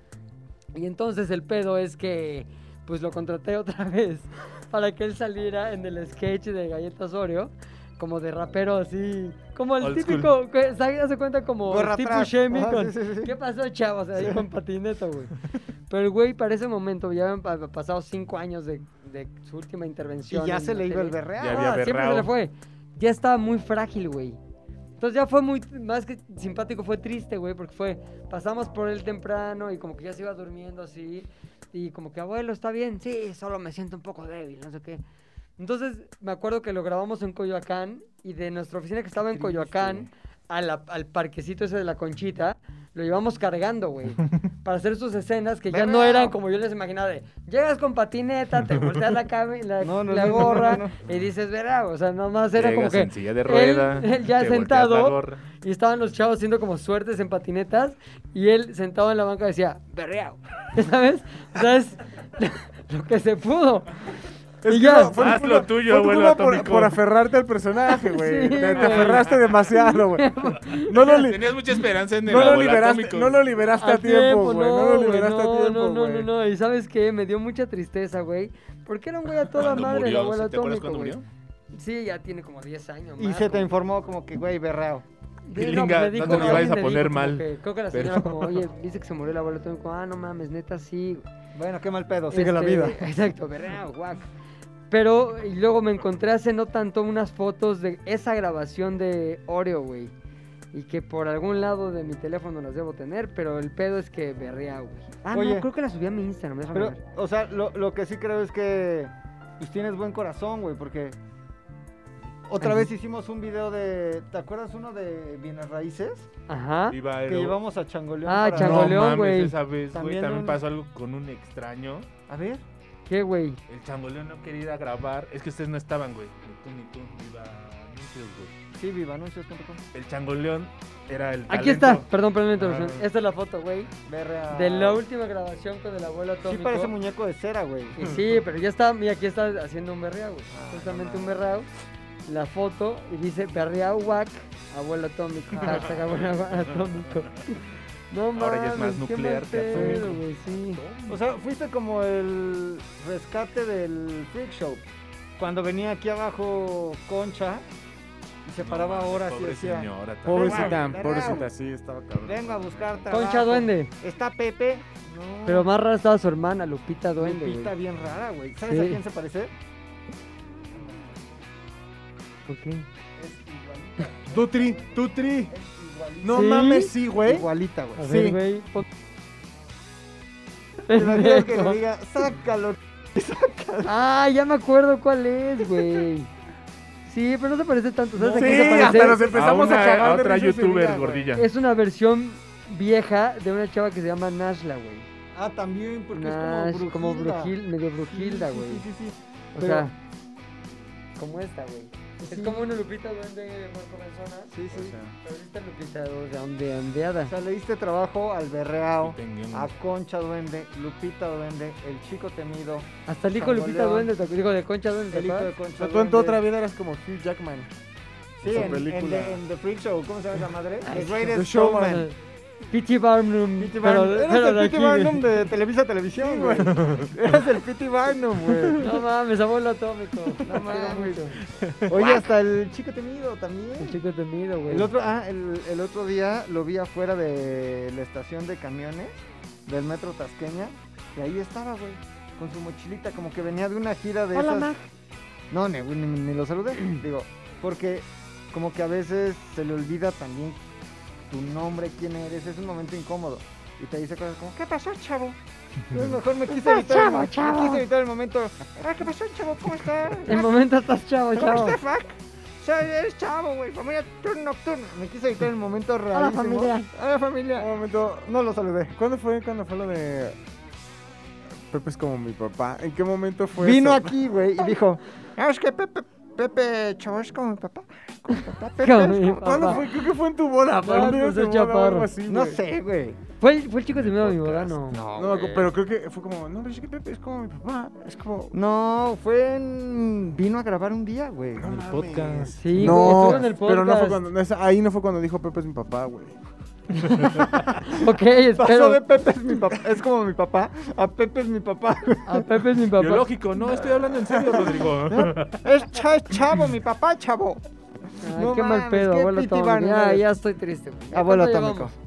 Speaker 1: Y entonces el pedo es que, pues lo contraté otra vez para que él saliera en el sketch de galletas Oreo. Como de rapero así, como el
Speaker 3: Old
Speaker 1: típico, que se hace cuenta como
Speaker 2: Gorra
Speaker 1: tipo
Speaker 2: atrás.
Speaker 1: Shemi
Speaker 2: Ajá,
Speaker 1: con,
Speaker 2: sí, sí, sí.
Speaker 1: ¿Qué pasó, chavos? Ahí con patineta, güey. Pero el güey, para ese momento, ya habían pa- pasado cinco años de, de su última intervención.
Speaker 2: Y ya
Speaker 1: en
Speaker 2: se
Speaker 1: la
Speaker 2: le iba el
Speaker 1: tele.
Speaker 3: Ya
Speaker 2: berreado.
Speaker 3: había
Speaker 1: Ah, siempre se
Speaker 3: berrao.
Speaker 1: le fue. Ya estaba muy frágil, güey. Entonces ya fue muy, más que simpático, fue triste, güey, porque fue, pasamos por él temprano y como que ya se iba durmiendo así. Y como que, abuelo, está bien, sí, solo me siento un poco débil, no sé qué. Entonces, me acuerdo que lo grabamos en Coyoacán y de nuestra oficina que estaba en Coyoacán a la- al parquecito ese de la Conchita, lo llevamos cargando, güey, para hacer sus escenas que ya no eran como yo les imaginaba de, llegas con patineta, te volteas la, cami- la,
Speaker 2: No, no,
Speaker 1: la
Speaker 2: no, no, no,
Speaker 1: gorra
Speaker 2: no.
Speaker 1: y dices, verá, o sea, nomás era como
Speaker 3: Llegas
Speaker 1: que
Speaker 3: en silla de
Speaker 1: él-
Speaker 3: rueda,
Speaker 1: él ya
Speaker 3: te volteas
Speaker 1: sentado.
Speaker 3: la gorra.
Speaker 1: y estaban los chavos haciendo como suertes en patinetas y él sentado en la banca decía, berreao, ¿sabes? ¿Sabes? lo que se pudo.
Speaker 4: Es
Speaker 1: Y "Ah,
Speaker 4: que
Speaker 1: ya.
Speaker 4: no, fue tu
Speaker 3: Haz
Speaker 4: culpa-
Speaker 3: lo
Speaker 4: fue
Speaker 3: tuyo,
Speaker 4: tu
Speaker 3: abuelo
Speaker 4: culpa por,
Speaker 3: atómico.
Speaker 4: por aferrarte al personaje, güey.
Speaker 1: Sí,
Speaker 4: te, te
Speaker 1: güey.
Speaker 4: aferraste demasiado, güey. No lo, li-
Speaker 3: Tenías mucha esperanza en el
Speaker 4: no lo
Speaker 3: abuelo
Speaker 4: liberaste,
Speaker 3: atómico.
Speaker 4: no lo liberaste a tiempo, güey. No, lo liberaste
Speaker 1: güey,
Speaker 4: a tiempo,
Speaker 1: No, no, no,
Speaker 4: güey.
Speaker 1: no. Y sabes qué, me dio mucha tristeza, güey. Porque era un güey a toda
Speaker 3: Cuando
Speaker 1: madre el
Speaker 3: murió,
Speaker 1: abuelo
Speaker 3: ¿te acuerdas
Speaker 1: atómico,
Speaker 3: cuando
Speaker 1: güey.
Speaker 3: murió?
Speaker 1: Sí, ya tiene como 10 años.
Speaker 2: Y se te informó como que, güey, berreado.
Speaker 3: Pilinga, no te
Speaker 2: lo
Speaker 1: alguien
Speaker 2: vayas
Speaker 3: a
Speaker 1: le
Speaker 3: poner
Speaker 1: como
Speaker 3: mal,
Speaker 1: que- creo que la
Speaker 3: pero-
Speaker 1: señora como, oye, dice que se murió el abuelo atómico. Ah, no mames, neta, sí. güey.
Speaker 2: Bueno, qué mal pedo. Sigue la
Speaker 1: Este,
Speaker 2: vida.
Speaker 1: Exacto, berreao, guac. Pero, y luego me encontré hace no tanto unas fotos de esa grabación de Oreo, güey. Y que por algún lado de mi teléfono las debo tener, pero el pedo es que berrea, güey. Ah, no,
Speaker 2: Oye.
Speaker 1: creo que la subí a mi Instagram, déjame
Speaker 2: Pero,
Speaker 1: ver.
Speaker 2: o sea, lo, lo que sí creo es que pues, tienes buen corazón, güey, porque Otra vez hicimos un video de. ¿Te acuerdas uno de Bienes Raíces?
Speaker 1: Ajá.
Speaker 3: Iba
Speaker 2: Que
Speaker 3: Aero.
Speaker 2: llevamos a Changoleón.
Speaker 1: Ah,
Speaker 2: para-
Speaker 1: Chango León,
Speaker 3: no mames,
Speaker 1: güey.
Speaker 3: esa vez, güey,
Speaker 2: También
Speaker 3: también,
Speaker 2: un-
Speaker 3: pasó algo con un extraño.
Speaker 2: A ver.
Speaker 1: ¿Qué, güey?
Speaker 3: El changoleón no quería ir a grabar. Es que ustedes no estaban, güey. Ni tú, ni tú. Iba anuncios, güey.
Speaker 2: Sí, vivanuncios.com.
Speaker 3: El changoleón era el
Speaker 1: Aquí
Speaker 3: talento.
Speaker 1: está. Perdón, perdón la interrupción.
Speaker 3: Ah.
Speaker 1: Esta es la foto, güey.
Speaker 2: Berrea.
Speaker 1: De la última grabación con el abuelo
Speaker 2: Ah. Sí
Speaker 1: atómico.
Speaker 2: parece muñeco de cera, güey.
Speaker 1: Y sí, pero ya está, mira, aquí está haciendo un berreao, güey.
Speaker 2: Ah,
Speaker 1: Justamente un berreao. La foto y dice berreao WAC, abuelo atómico.
Speaker 2: Ah.
Speaker 1: Hashtag abuelo atómico. No mames.
Speaker 3: Ahora ya es más
Speaker 1: qué
Speaker 3: nuclear
Speaker 1: mal
Speaker 3: que
Speaker 1: pedo,
Speaker 3: atómico.
Speaker 1: güey, sí.
Speaker 2: O sea, fuiste como el rescate del Freak Show. Cuando venía aquí abajo Concha y se
Speaker 3: No
Speaker 2: paraba
Speaker 3: mames,
Speaker 2: ahora y
Speaker 3: pobre
Speaker 2: decía:
Speaker 3: señora, también.
Speaker 4: Pobrecita,
Speaker 2: Guau,
Speaker 4: pobrecita,
Speaker 2: guau.
Speaker 4: sí, estaba cabrón.
Speaker 2: Vengo a buscar trabajo.
Speaker 1: Concha Duende.
Speaker 2: Está Pepe. No.
Speaker 1: Pero más rara estaba su hermana, Lupita Duende. güey.
Speaker 2: Lupita bien rara, güey. ¿Sabes
Speaker 1: Sí.
Speaker 2: a quién se parece?
Speaker 1: ¿Por qué?
Speaker 4: Tutri, Tutri. No
Speaker 1: ¿Sí?
Speaker 4: mames, sí, güey.
Speaker 2: Igualita, güey.
Speaker 1: A
Speaker 4: Sí.
Speaker 1: ver, güey. pon-
Speaker 2: Te imaginas que le diga, sácalo.
Speaker 1: Ah, ya me acuerdo cuál es, güey. Sí, pero no se parece tanto. ¿Sabes a
Speaker 4: Sí,
Speaker 1: quién se parece?
Speaker 4: hasta nos empezamos a,
Speaker 3: una-
Speaker 4: cagar de
Speaker 3: otra
Speaker 4: risa ese
Speaker 3: youtuber
Speaker 4: día, güey.
Speaker 3: gordilla.
Speaker 1: Es una versión vieja de una chava que se llama Nashla, güey.
Speaker 2: Ah, también, porque
Speaker 1: Nash,
Speaker 2: es como
Speaker 1: como
Speaker 2: Brujilda.
Speaker 1: Brujil- medio
Speaker 2: Sí,
Speaker 1: brujilda,
Speaker 2: sí,
Speaker 1: güey.
Speaker 2: Sí, sí, sí.
Speaker 1: O
Speaker 2: pero-
Speaker 1: sea, como esta, güey. Es
Speaker 2: Sí.
Speaker 1: como una Lupita Duende más comenzona,
Speaker 2: Sí, sí.
Speaker 4: O sea,
Speaker 1: pero esta Lupita Duende onde- ondeada.
Speaker 2: O sea, le diste trabajo al Berreao,
Speaker 3: Y tenía
Speaker 2: a
Speaker 3: un-
Speaker 2: Concha Duende, Lupita Duende, el chico temido,
Speaker 1: Hasta el hijo de Lupita
Speaker 2: Changoleón.
Speaker 1: Duende, ¿te- digo de Concha Duende, ¿te
Speaker 2: el hijo de
Speaker 1: acuerdas?
Speaker 2: Concha
Speaker 4: o sea, tú en
Speaker 2: Duende.
Speaker 4: tu otra vida eras como Hugh Jackman.
Speaker 2: Sí,
Speaker 4: esa
Speaker 2: en, en
Speaker 4: película.
Speaker 2: the, en The Freak Show, ¿cómo se llama esa madre?
Speaker 1: Ay,
Speaker 2: The Greatest
Speaker 4: The
Speaker 2: Showman.
Speaker 4: Showman.
Speaker 1: P.T. Barnum.
Speaker 2: P.T.
Speaker 1: pero-
Speaker 2: Barnum.
Speaker 1: pero
Speaker 2: Eras el
Speaker 1: de
Speaker 2: P.T.
Speaker 1: aquí, güey.
Speaker 2: Barnum de Televisa Televisión, güey. Eras el P.T. Barnum, güey.
Speaker 1: No mames, abuelo atómico. No mames.
Speaker 2: Oye, hasta el chico temido también.
Speaker 1: El chico temido, güey.
Speaker 2: El otro, ah, el, el otro día lo vi afuera de la estación de camiones del metro Tasqueña y ahí estaba, güey, con su mochilita, como que venía de una gira de
Speaker 1: Hola,
Speaker 2: esas-
Speaker 1: Mac.
Speaker 2: No, ni, ni- ni lo saludé, digo, porque como que a veces se le olvida también tu nombre, quién eres, es un momento incómodo y te dice cosas como, ¿qué pasó, chavo? Entonces mejor me quise evitar, el, mo- me quise evitar el momento, "Ah, ¿qué pasó, chavo? ¿Cómo estás?
Speaker 1: El momento estás chavo,
Speaker 2: ¿Cómo
Speaker 1: chavo.
Speaker 2: estás, Fac? Soy- Eres chavo, güey. Familia turno nocturno. Me quise evitar el momento rarísimo.
Speaker 1: familia.
Speaker 2: Hola,
Speaker 4: Un
Speaker 2: familia.
Speaker 4: momento,
Speaker 2: No lo saludé.
Speaker 4: ¿cuándo fue, cuándo fue lo de Pepe es como mi papá? ¿En qué momento fue
Speaker 2: Vino
Speaker 4: eso?
Speaker 2: aquí, güey, y dijo, "Ah, es que Pepe, Pepe Chavo es como mi papá. Como mi papá, Pepe
Speaker 1: Como
Speaker 2: es
Speaker 1: mi
Speaker 2: como-".
Speaker 1: papá.
Speaker 4: ¿Cuándo fue? Creo que fue en tu boda. fue
Speaker 1: No,
Speaker 4: un día
Speaker 1: pues
Speaker 4: de
Speaker 1: es
Speaker 4: tu boda o
Speaker 1: chaparro.
Speaker 4: algo así,
Speaker 2: No
Speaker 4: güey.
Speaker 2: sé, güey.
Speaker 1: Fue el, fue el chico temido de mi boda, no.
Speaker 4: No, pero creo que fue como, no, pero es que Pepe es como mi papá. Es como...
Speaker 2: No, fue en... Vino a grabar un día, güey.
Speaker 4: No mames.
Speaker 1: Sí, güey,
Speaker 4: no,
Speaker 1: estuvo en el podcast.
Speaker 4: pero no fue cuando, no, esa- ahí no fue cuando dijo Pepe es mi papá, güey.
Speaker 1: Ok, espero.
Speaker 2: Pasó de Pepe es mi papá, es como mi papá, a Pepe es mi papá.
Speaker 1: A Ah, Pepe es mi papá.
Speaker 3: Biológico, no, estoy hablando en serio, Rodrigo.
Speaker 2: Es cha- es chavo, mi papá, chavo.
Speaker 1: Ay,
Speaker 2: No
Speaker 1: qué mal
Speaker 2: mames,
Speaker 1: pedo,
Speaker 2: qué
Speaker 1: abuelo
Speaker 2: piti
Speaker 1: atómico.
Speaker 2: Barnum
Speaker 1: Ya,
Speaker 2: eres.
Speaker 1: ya estoy triste, güey.
Speaker 2: Abuelo
Speaker 1: ¿Cuánto
Speaker 2: atómico.
Speaker 1: llevamos?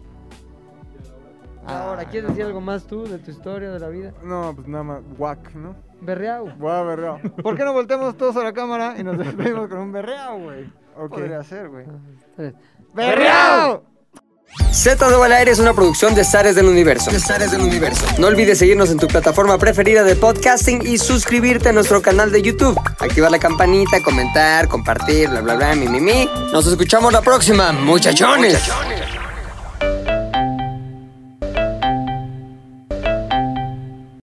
Speaker 1: Ahora, ¿quieres decir algo más tú de tu historia, de la vida?
Speaker 4: No, pues nada más, guac, ¿no?
Speaker 1: Berreau.
Speaker 4: Voy a ver, no.
Speaker 2: ¿Por qué no volteamos todos a la cámara y nos despedimos con un berreao, güey?
Speaker 4: Ok.
Speaker 2: Podría ser, güey.
Speaker 1: Tres.
Speaker 2: ¡Berreao!
Speaker 5: Z2 al aire es una producción de Zares del Universo. del Universo. No olvides seguirnos en tu plataforma preferida de podcasting y suscribirte a nuestro canal de YouTube. Activar la campanita, comentar, compartir, bla, bla, bla, mi, mi, mi. Nos escuchamos la próxima, muchachones.